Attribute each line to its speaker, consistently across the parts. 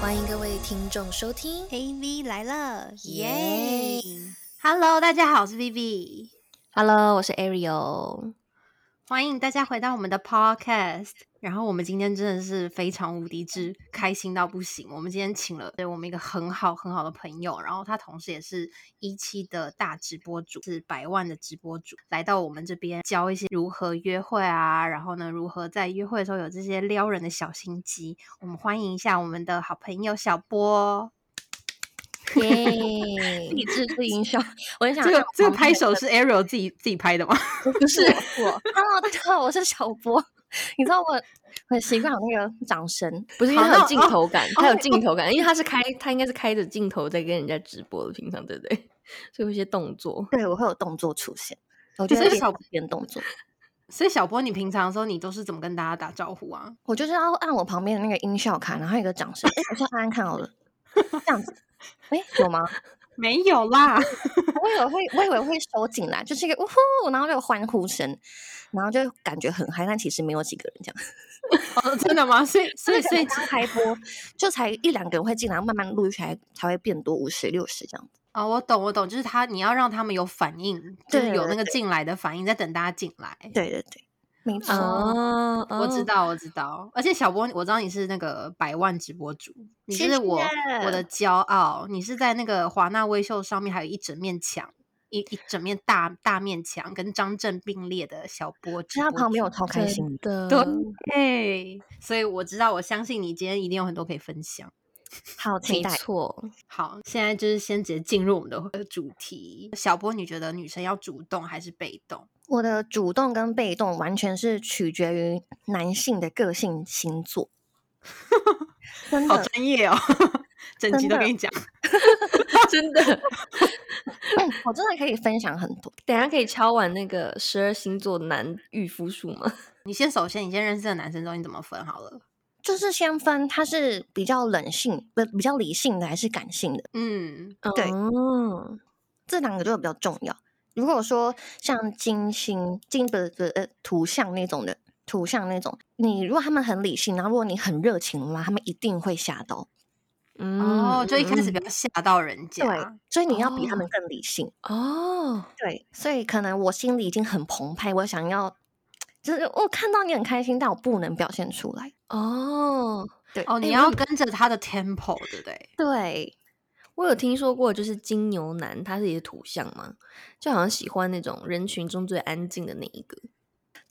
Speaker 1: 欢迎各位听众收听，
Speaker 2: AV 来了，
Speaker 1: 耶
Speaker 2: 耶！Hello，大家好，我是 Vivi，
Speaker 1: Hello，我是 Ariel。
Speaker 2: 欢迎大家回到我们的 Podcast。然后我们今天真的是非常无敌之开心到不行。我们今天请了对我们一个很好很好的朋友，然后他同时也是一期的大直播主，是百万的直播主，来到我们这边教一些如何约会啊，然后呢如何在约会的时候有这些撩人的小心机。我们欢迎一下我们的好朋友小波。
Speaker 1: 耶！励志自营销， 我很想
Speaker 2: 这
Speaker 1: 让
Speaker 2: 个
Speaker 1: 我
Speaker 2: 这个
Speaker 1: 旁
Speaker 2: 拍
Speaker 1: 边
Speaker 2: 手
Speaker 1: 的
Speaker 2: 是 Ariel 自己自己拍的吗？
Speaker 1: 不是 我。Hello，大家
Speaker 3: 哦
Speaker 1: 好，我是小波。你知道我很习惯有那个掌声，
Speaker 3: 不是因为
Speaker 2: 好
Speaker 3: 它
Speaker 2: 那
Speaker 3: 有镜
Speaker 2: 哦
Speaker 3: 头感，
Speaker 2: 哦
Speaker 3: 它有镜头感，因为它是开，它应该是开着镜头在跟人家直播的，平常对不对？ 所以有一些动作，哦
Speaker 1: 对我会有动作出现，我
Speaker 2: 就
Speaker 1: 就是是
Speaker 2: 小
Speaker 1: 小边动作，
Speaker 2: 所以小波，你平常的时候你都是怎么跟大家打招呼啊？
Speaker 1: 我就是要按我旁边的那个音效卡，然后有一个掌声。哎，我先按按看好了，这样子。哎，有吗？
Speaker 2: 没有啦，
Speaker 1: 我以为会，我以为会收进来，就是一个呜呼，然后就有欢呼声，然后就感觉很嗨，但其实没有几个人这样。
Speaker 2: 哦，真的 吗？所以所以
Speaker 1: 可
Speaker 2: 所
Speaker 1: 能
Speaker 2: 以
Speaker 1: 刚开播就才一两个人会进来，然后慢慢陆续来才会变多，五十六十这样子。
Speaker 2: 哦，我懂我懂，就是他你要让他们有反应，就是
Speaker 1: 对
Speaker 2: 有那
Speaker 1: 对
Speaker 2: 个进来的反应，在等大家进来。
Speaker 1: 对对对，没错。
Speaker 3: 哦，
Speaker 1: 嗯
Speaker 2: 我知
Speaker 3: 哦，
Speaker 2: 道，我知道，而且小波，我知道你是那个百万直播主，你
Speaker 1: 谢
Speaker 2: 是我
Speaker 1: 谢
Speaker 2: 我的骄傲，你是在那个华纳微秀上面还有一整面墙，一一整面大大面墙，跟张震并列的小波直
Speaker 1: 其实他
Speaker 2: 播
Speaker 1: 旁边
Speaker 2: 主
Speaker 1: 我超开心的，
Speaker 3: 的，
Speaker 2: 对，所以我知道，我相信你今天一定有很多可以分享。
Speaker 1: 好期
Speaker 3: 没
Speaker 1: 待。
Speaker 3: 错，
Speaker 2: 好，现在就是先直接进入我们的呃主题。小波，你觉得女生要主动还是被动？
Speaker 1: 我的主动跟被动完全是取决于男性的个性星座。 真
Speaker 2: 好
Speaker 1: 的，
Speaker 2: 专业哦， 整
Speaker 1: 真
Speaker 2: 集都
Speaker 1: 的
Speaker 2: 跟你讲。
Speaker 3: 真的。
Speaker 1: 嗯我真的可以分享很多。
Speaker 3: 等一下可以敲完那个十二星座男御夫术吗？
Speaker 2: 你先首先，你先认识的男生中你怎么分好了？
Speaker 1: 就是先分他是比较冷性，不比较理性的还是感性的，
Speaker 2: 嗯，
Speaker 1: 对
Speaker 3: 哦
Speaker 1: 这两个就比较重要。如果说像金星、金不是不是呃图像那种的图像那种，你如果他们很理性，然后如果你很热情的话，他们一定会吓到。
Speaker 2: 哦，就一开始
Speaker 3: 嗯
Speaker 2: 不要吓到人家。
Speaker 1: 对，所以你要比他
Speaker 3: 哦
Speaker 1: 们更理性。
Speaker 3: 哦，
Speaker 1: 对，所以可能我心里已经很澎湃，我想要，就是我看到你很开心，但我不能表现出来。
Speaker 3: 哦，
Speaker 1: 对，哎
Speaker 2: 哦，你
Speaker 3: 我
Speaker 2: 要
Speaker 3: 有
Speaker 2: 跟着他的 tempo，对不对？
Speaker 1: 对，
Speaker 3: 我有听说过，就是金牛男，他是一个土象嘛，就好像喜欢那种人群中最安静的那一个。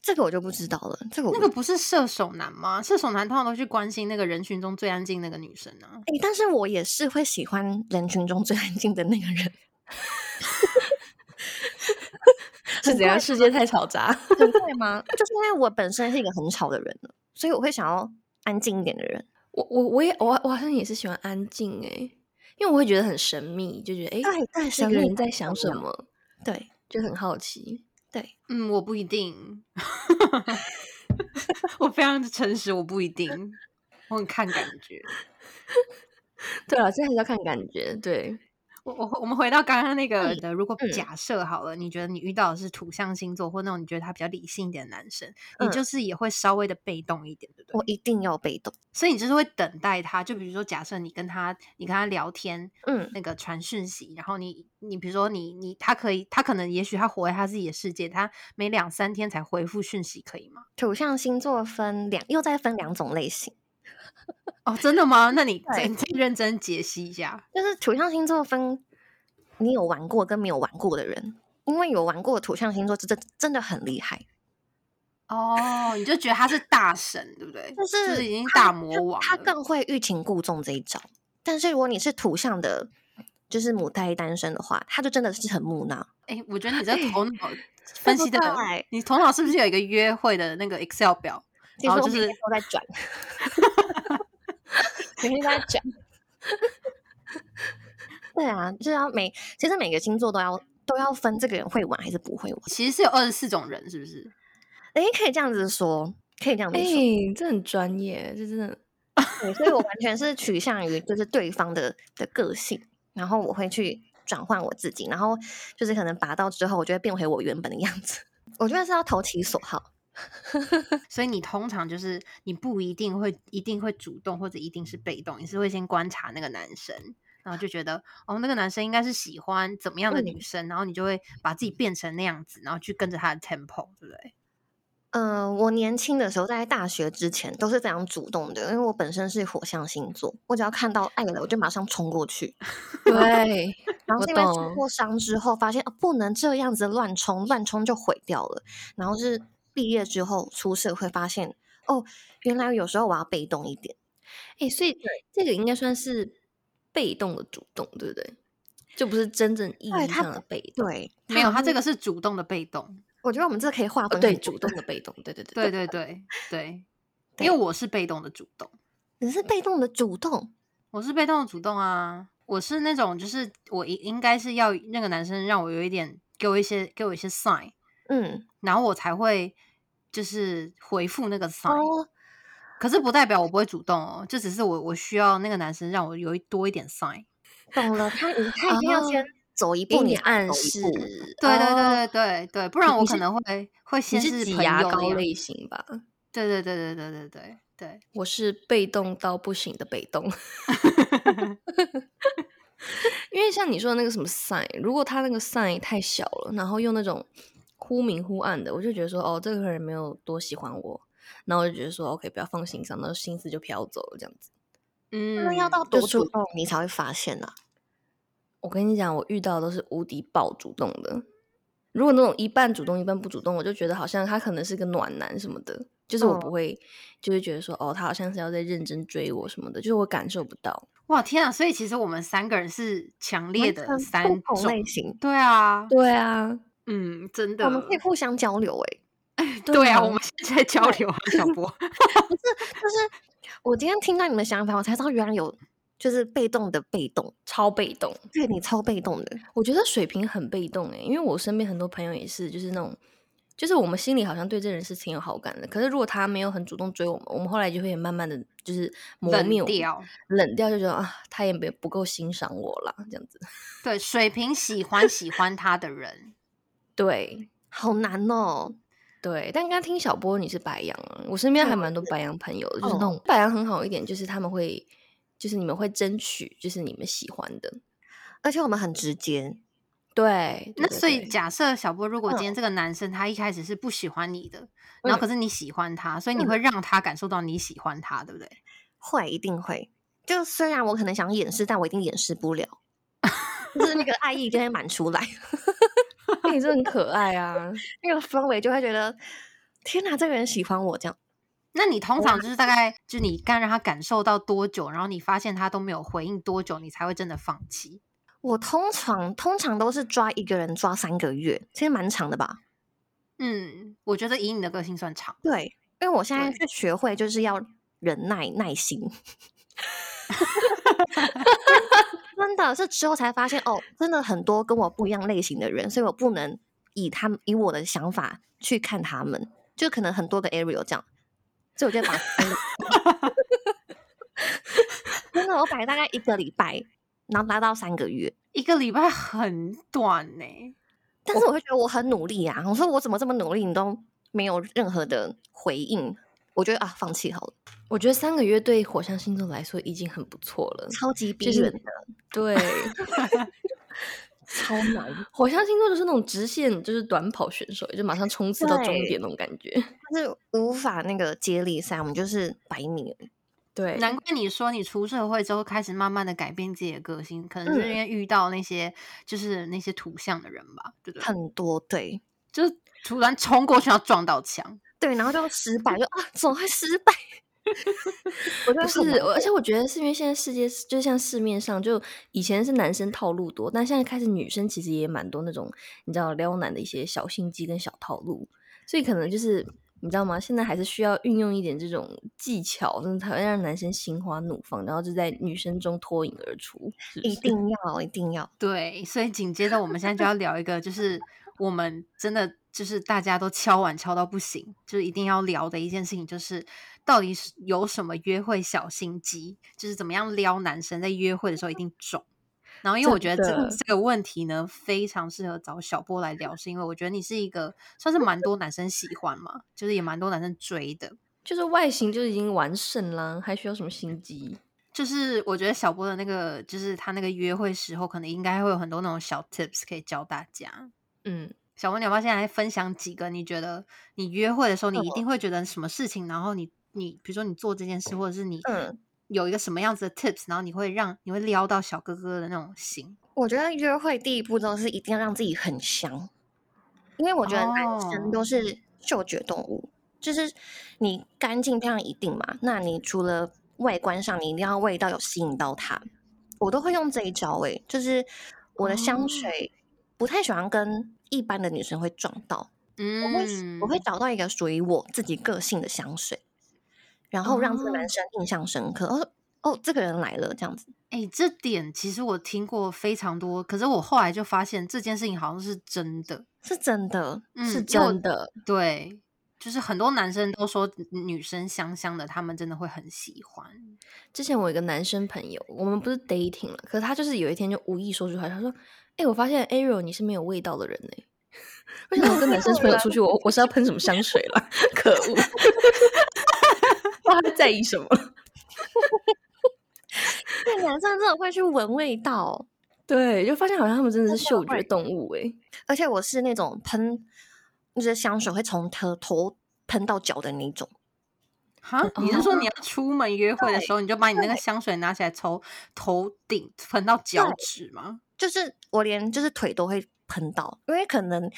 Speaker 1: 这个我就不知道了。这个我
Speaker 2: 那
Speaker 1: 不
Speaker 2: 个不是射手男吗？射手男通常都去关心那个人群中最安静那个女生啊。
Speaker 1: 哎、但是我也是会喜欢人群中最安静的那个 人。
Speaker 3: 是怎样？世界太嘈杂。
Speaker 1: 很怪吗？ 就是因为我本身是一个很吵的人了，所以我会想要安静一点的人。
Speaker 3: 我我我也我我好像也是喜欢安静诶、欸因为我会觉得很神秘，就觉得诶，
Speaker 1: 对对神
Speaker 3: 这个
Speaker 1: 秘
Speaker 3: 人
Speaker 1: 感
Speaker 3: 在想
Speaker 1: 重
Speaker 3: 什
Speaker 1: 要
Speaker 3: 么，
Speaker 1: 对
Speaker 3: 就很好奇。
Speaker 1: 对，
Speaker 2: 嗯，我不一定， 我非常的诚实，我不一定，我很看感觉。
Speaker 3: 对了，这还是要看感觉。对，
Speaker 2: 我我我们回到刚刚那个
Speaker 1: 嗯
Speaker 2: 的，如果
Speaker 1: 嗯
Speaker 2: 假设好了，你觉得你遇到的是土象星座或那种你觉得他比较理性一点的男生，你
Speaker 1: 嗯
Speaker 2: 就是也会稍微的被动一点，对不对？
Speaker 1: 我一定要被动。
Speaker 2: 所以你就是会等待他，就比如说假设你跟他你跟他聊天，
Speaker 1: 嗯，
Speaker 2: 那个传讯息，然后你你比如说你你他可以他可能也许他活在他自己的世界，他每两三天才回复讯息，可以吗？
Speaker 1: 土象星座分两，又再分两种类型，
Speaker 2: 哦，真的吗？那你
Speaker 1: 对
Speaker 2: 再再认真解析一下。
Speaker 1: 就是土象星座分你有玩过跟没有玩过的人，因为有玩过的土象星座真的真的很厉害，
Speaker 2: 哦，你就觉得他是大神，对不对？
Speaker 1: 就
Speaker 2: 就是已经
Speaker 1: 他
Speaker 2: 大
Speaker 1: 就
Speaker 2: 魔王
Speaker 1: 他
Speaker 2: 了
Speaker 1: 更会欲擒故纵这一招。但是如果你是土象的，就是母胎单身的话，他就真的是很木讷。
Speaker 2: 哎、我觉得你这
Speaker 3: 哎
Speaker 2: 头脑分
Speaker 1: 不
Speaker 2: 析的
Speaker 1: 到哎，
Speaker 2: 你头脑是不是有一个约会的那个 Excel 表？
Speaker 1: 其实
Speaker 2: 然
Speaker 1: 我
Speaker 2: 后
Speaker 1: 每
Speaker 2: 哦就
Speaker 1: 天
Speaker 2: 是
Speaker 1: 都在转，每天都在转。对啊，就是要每其实每个星座都要都要分这个人会玩还是不会玩。
Speaker 2: 其实是有二十四种人，是不是？
Speaker 1: 诶，可以这样子说，可以这样子
Speaker 3: 诶，
Speaker 1: 说。
Speaker 3: 哎这很专业，这真的。
Speaker 1: 对所以我完全是取向于就是对方的的个性，然后我会去转换我 自己，然后就是可能拔到之后，我就会变回我原本的样子。我觉得是要投其所好，
Speaker 2: 所以你通常就是你不一定会一定会主动或者一定是被动，你是会先观察那个男生，然后就觉得哦，那个男生应该是喜欢怎么样的女生，然后你就会把自己变成那样子，然后去跟着他的 tempo，对不对？
Speaker 1: 呃，我年轻的时候，在大学之前都是非常主动的，因为我本身是火象星座，我只要看到爱了，我就马上冲过去。
Speaker 3: 对，
Speaker 1: 然后
Speaker 3: 我
Speaker 1: 是因为受
Speaker 3: 懂
Speaker 1: 过伤之后，发现、啊、不能这样子乱冲，乱冲就毁掉了。然后是毕业之后出社会，发现哦，原来有时候我要被动一点。
Speaker 3: 哎、所以这个应该算是被动的主动，对不对？就不是真正意
Speaker 1: 对
Speaker 3: 义
Speaker 1: 它
Speaker 3: 上的被动，
Speaker 1: 对，
Speaker 2: 没有，他这
Speaker 1: 个，
Speaker 2: 个是主动的被动，
Speaker 1: 我觉得我们这可以划
Speaker 3: 哦
Speaker 1: 分
Speaker 3: 对，
Speaker 1: 很多
Speaker 3: 主动的被动，对对对
Speaker 2: 对对对对，因为我是被动的主动，
Speaker 1: 你是被动的主动，
Speaker 2: 我是被动的主动啊，我是那种就是我应应该是要那个男生让我有一点给我一些给我一些 sign，
Speaker 1: 嗯，
Speaker 2: 然后我才会就是回复那个 sign。
Speaker 1: 哦，
Speaker 2: 可是不代表我不会主动哦，就只是我我需要那个男生让我有一多一点 sign。
Speaker 1: 懂了，他 一他一定要先
Speaker 3: 哦
Speaker 1: 走一
Speaker 3: 给
Speaker 1: 步，
Speaker 3: 你
Speaker 1: 才
Speaker 3: 暗
Speaker 1: 走一
Speaker 3: 示，
Speaker 1: 步
Speaker 2: 对对
Speaker 3: 哦，
Speaker 2: 对对对对，不然我可能会会
Speaker 3: 你
Speaker 2: 先
Speaker 3: 是挤
Speaker 2: 朋
Speaker 3: 牙
Speaker 2: 友的
Speaker 3: 膏
Speaker 2: 样
Speaker 3: 类型吧？
Speaker 2: 对对对对对对对对，
Speaker 3: 我是被动到不行的被 动，因为像你说的那个什么 sign，如果他那个 sign 太小了，然后用那种忽明忽暗的，我就觉得说，哦，这个人没有多喜欢我，然后我就觉得说，OK，不要放心上，然后心思就飘走了这样子。
Speaker 2: 嗯，
Speaker 1: 那要到
Speaker 3: 就
Speaker 1: 多主
Speaker 3: 出
Speaker 1: 动你才会发现呢、啊。
Speaker 3: 我跟你讲，我遇到的都是无敌爆主动的。如果那种一半主动一半不主动，我就觉得好像他可能是个暖男什么的，就是我不
Speaker 1: 嗯
Speaker 3: 会，就会觉得说，哦，他好像是要在认真追我什么的，就是我感受不到。
Speaker 2: 哇天啊！所以其实我们三个人是强烈
Speaker 1: 完
Speaker 2: 的
Speaker 1: 全
Speaker 2: 三
Speaker 1: 不同
Speaker 2: 种
Speaker 1: 类，型，
Speaker 2: 对啊，
Speaker 3: 对啊，
Speaker 2: 嗯，真的
Speaker 1: 我，们可以互相交流、欸。
Speaker 2: 对啊，我们现在交流啊，小波，
Speaker 1: 就是我今天听到你们的想法，我才知道原来有就是被动的被动，
Speaker 3: 超被动。
Speaker 1: 对你超被动的。
Speaker 3: 我觉得水瓶很被动诶、因为我身边很多朋友也是，就是那种，就是我们心里好像对这人是挺有好感的，可是如果他没有很主动追我们，我们后来就会慢慢的就是 磨
Speaker 2: 冷
Speaker 3: 灭我们
Speaker 2: 掉。
Speaker 3: 冷掉就觉得啊，他也没不够欣赏我啦，这样子。
Speaker 2: 对，水瓶喜欢喜欢他的人，
Speaker 3: 对
Speaker 1: 好难哦，
Speaker 3: 对，但刚刚听小波你是白羊啊，我身边
Speaker 1: 对
Speaker 3: 还
Speaker 1: 我
Speaker 3: 蛮多
Speaker 1: 是
Speaker 3: 白羊朋友的，就是
Speaker 1: 哦
Speaker 3: 那种白羊很好一点，就是他们会，就是你们会争取，就是你们喜欢的。
Speaker 1: 而且我们很直接，
Speaker 3: 对，对
Speaker 2: 那
Speaker 3: 对
Speaker 2: 所以
Speaker 3: 对
Speaker 2: 假设小波，如果今天
Speaker 1: 嗯
Speaker 2: 这个男生他一开始是不喜欢你的，然后可是你喜欢他，所以你
Speaker 1: 嗯
Speaker 2: 会让他感受到你喜欢他，对不对？
Speaker 1: 会一定会。就虽然我可能想掩饰，但我一定掩饰不了，就是那个爱意就会满出来，
Speaker 3: 那你真的很可爱啊。
Speaker 1: 那个氛围就会觉得天哪，这个人喜欢我这样。
Speaker 2: 那你通常就是大概就是你刚让他感受到多久，然后你发现他都没有回应多久，你才会真的放弃？
Speaker 1: 我通常通常都是抓一个人抓三个月，其实蛮长的吧？
Speaker 2: 嗯，我觉得以你的个性算长，
Speaker 1: 对，因为我现在是
Speaker 2: 对
Speaker 1: 学会就是要忍耐耐心， 真的是之后才发现哦，真的很多跟我不一样类型的人，所以我不能以他们以我的想法去看他们，就可能很多个 Ariel 这样，所以我就把 真的我摆大概一个礼拜，然后拉到三个月，
Speaker 2: 一个礼拜很短呢、
Speaker 1: 但是我会觉得我很努力啊，我说我怎么这么努力，你都没有任何的回应，我觉得啊，放弃好了，
Speaker 3: 我觉得三个月对火象星座来说已经很不错了。
Speaker 1: 超级逼
Speaker 3: 就是
Speaker 1: 人的。
Speaker 3: 对，
Speaker 1: 超难，
Speaker 3: 火象星座就是那种直线，就是短跑选手，就马上冲刺到终
Speaker 1: 对
Speaker 3: 点那种感觉。
Speaker 1: 但是无法那个接力赛，我们就是百米而已。
Speaker 3: 对，
Speaker 2: 难怪你说你出社会之后开始慢慢的改变自己的个性，可能是因为遇到那些、就是那些图像的人吧，对不对？
Speaker 1: 很多对
Speaker 2: 就是突然冲过去要撞到墙，
Speaker 1: 对，然后就失败，就啊怎么会失败？ 我就很
Speaker 3: 不是，
Speaker 1: 难
Speaker 3: 我而且我觉得是因为现在世界就像市面上，就以前是男生套路多，但现在开始女生其实也蛮多那种你知道撩男的一些小心机跟小套路，所以可能就是你知道吗？现在还是需要运用一点这种技巧，真的才会让男生心花怒放，然后就在女生中脱颖而出，是不
Speaker 1: 一
Speaker 3: 是？
Speaker 1: 定要一定要，
Speaker 2: 对，所以紧接着我们现在就要聊一个，就是我们真的就是大家都敲碗敲到不行，就是一定要聊的一件事情，就是到底是有什么约会小心机，就是怎么样撩男生在约会的时候一定中。然后，因为我觉得
Speaker 3: 真
Speaker 2: 这个
Speaker 3: 的
Speaker 2: 这个问题呢，非常适合找小波来聊，是因为我觉得你是一个算是蛮多男生喜欢嘛，就是也蛮多男生追的。
Speaker 3: 就是外形就已经完胜啦，还需要什么心机？
Speaker 2: 就是我觉得小波的那个，就是他那个约会时候，可能应该会有很多那种小 tips 可以教大家。
Speaker 3: 嗯，
Speaker 2: 小波，你要不要现在来分享几个你觉得你约会的时候，你一
Speaker 1: 嗯
Speaker 2: 定会觉得什么事情，然后你你比如说你做这件事，或者是你
Speaker 1: 嗯
Speaker 2: 有一个什么样子的 tips，然后你会让你会撩到小哥哥的那种心。
Speaker 1: 我觉得约会第一步都是一定要让自己很香，因为我觉得男生
Speaker 2: 哦
Speaker 1: 都是嗅觉动物，就是你干净漂亮一定嘛，那你除了外观上，你一定要味道有吸引到他。我都会用这一招诶、就是我的
Speaker 2: 哦
Speaker 1: 香水不太喜欢跟一般的女生会撞到，我会
Speaker 2: 嗯，
Speaker 1: 我会找到一个属于我自己个性的香水，然后让这个
Speaker 2: 哦
Speaker 1: 男生印象深刻。哦哦，这个人来了，这样子。
Speaker 2: 哎、这点其实我听过非常多，可是我后来就发现这件事情好像是真的。
Speaker 1: 是真的，
Speaker 2: 嗯
Speaker 1: 是
Speaker 2: 因为我
Speaker 1: 真
Speaker 3: 真的，
Speaker 2: 对，就是很多男生都说女生香香的，他们真的会很喜欢。
Speaker 3: 之前我有一个男生朋友，我们不是 dating 了，可是他就是有一天就无意说出来，他说：“哎、我发现 Ariel 你是没有味道的人哎、 为什么我跟男生朋友出去，我我是要喷什么香水了？ 可恶！哇，他在意什么？
Speaker 1: 对，男生真的会去闻味道，
Speaker 3: 对，就发现好像他们真的
Speaker 1: 真
Speaker 3: 是
Speaker 1: 的
Speaker 3: 嗅觉
Speaker 1: 会
Speaker 3: 动物哎、
Speaker 1: 而且我是那种喷，就是香水会从头头喷到脚的那种。
Speaker 2: 哈，你是说 你要出门约会的时候，你就把你那个
Speaker 1: 对
Speaker 2: 香水拿起来从头顶喷到脚趾吗？
Speaker 1: 就是我连就是腿都会喷到，因为可能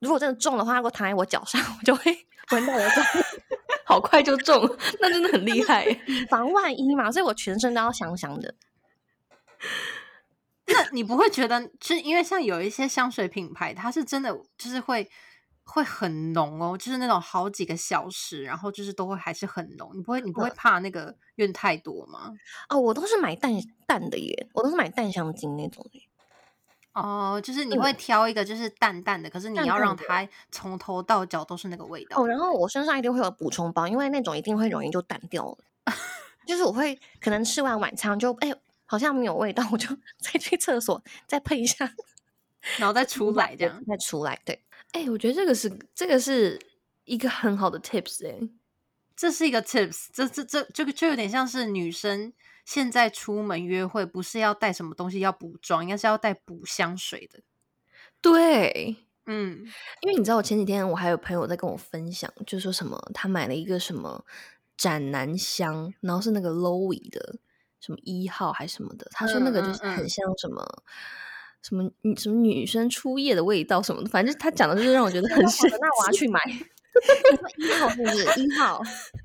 Speaker 1: 如果真的中的话，如果躺在我脚上， 我就会闻到我的脚
Speaker 3: 好快就中，那真的很 厉害、
Speaker 1: 以防万一嘛，所以我全身都要香香的。
Speaker 2: 那你不会觉得，就是因为像有一些香水品牌，它是真的就是会会很浓哦，就是那种好几个小时，然后就是都会还是很浓。你不会你不会怕那个用太多吗？
Speaker 1: 哦，我都是买淡淡的耶，我都是买淡香精那种的。
Speaker 2: 哦，就是你
Speaker 1: 对
Speaker 2: 会挑一个就是淡淡的，可是你
Speaker 1: 淡
Speaker 2: 要
Speaker 1: 淡
Speaker 2: 让
Speaker 1: 的
Speaker 2: 它从头到脚都是那个味道。
Speaker 1: 哦，然后我身上一定会有补充包，因为那种一定会容易就淡掉了。就是我会可能吃完晚餐就哎、好像没有味道，我就 再去厕所再喷一下，
Speaker 2: 然后再出来这样。
Speaker 1: 再出来。对，
Speaker 3: 哎、我觉得这个是这个是一个很好的 tips 哎、
Speaker 2: 这是一个 tips，这这这这个就有点像是女生现在出门约会，不是要带什么东西要补妆，应该是要带补香水的。
Speaker 3: 对，
Speaker 2: 嗯，
Speaker 3: 因为你知道，我前几天我还有朋友在跟我分享，就说什么他买了一个什么斩男香，然后是那个 Lowy 的什么一号还是什么的，他说那个就
Speaker 2: 嗯
Speaker 3: 是
Speaker 2: 嗯
Speaker 3: 很
Speaker 2: 嗯
Speaker 3: 像什么。什么女什么女生初夜的味道什么的，反正他讲的就是让我觉得 很
Speaker 1: 好
Speaker 3: 神
Speaker 1: 的，那我要
Speaker 3: 奇
Speaker 1: 去买。你说一号是不是？一 号，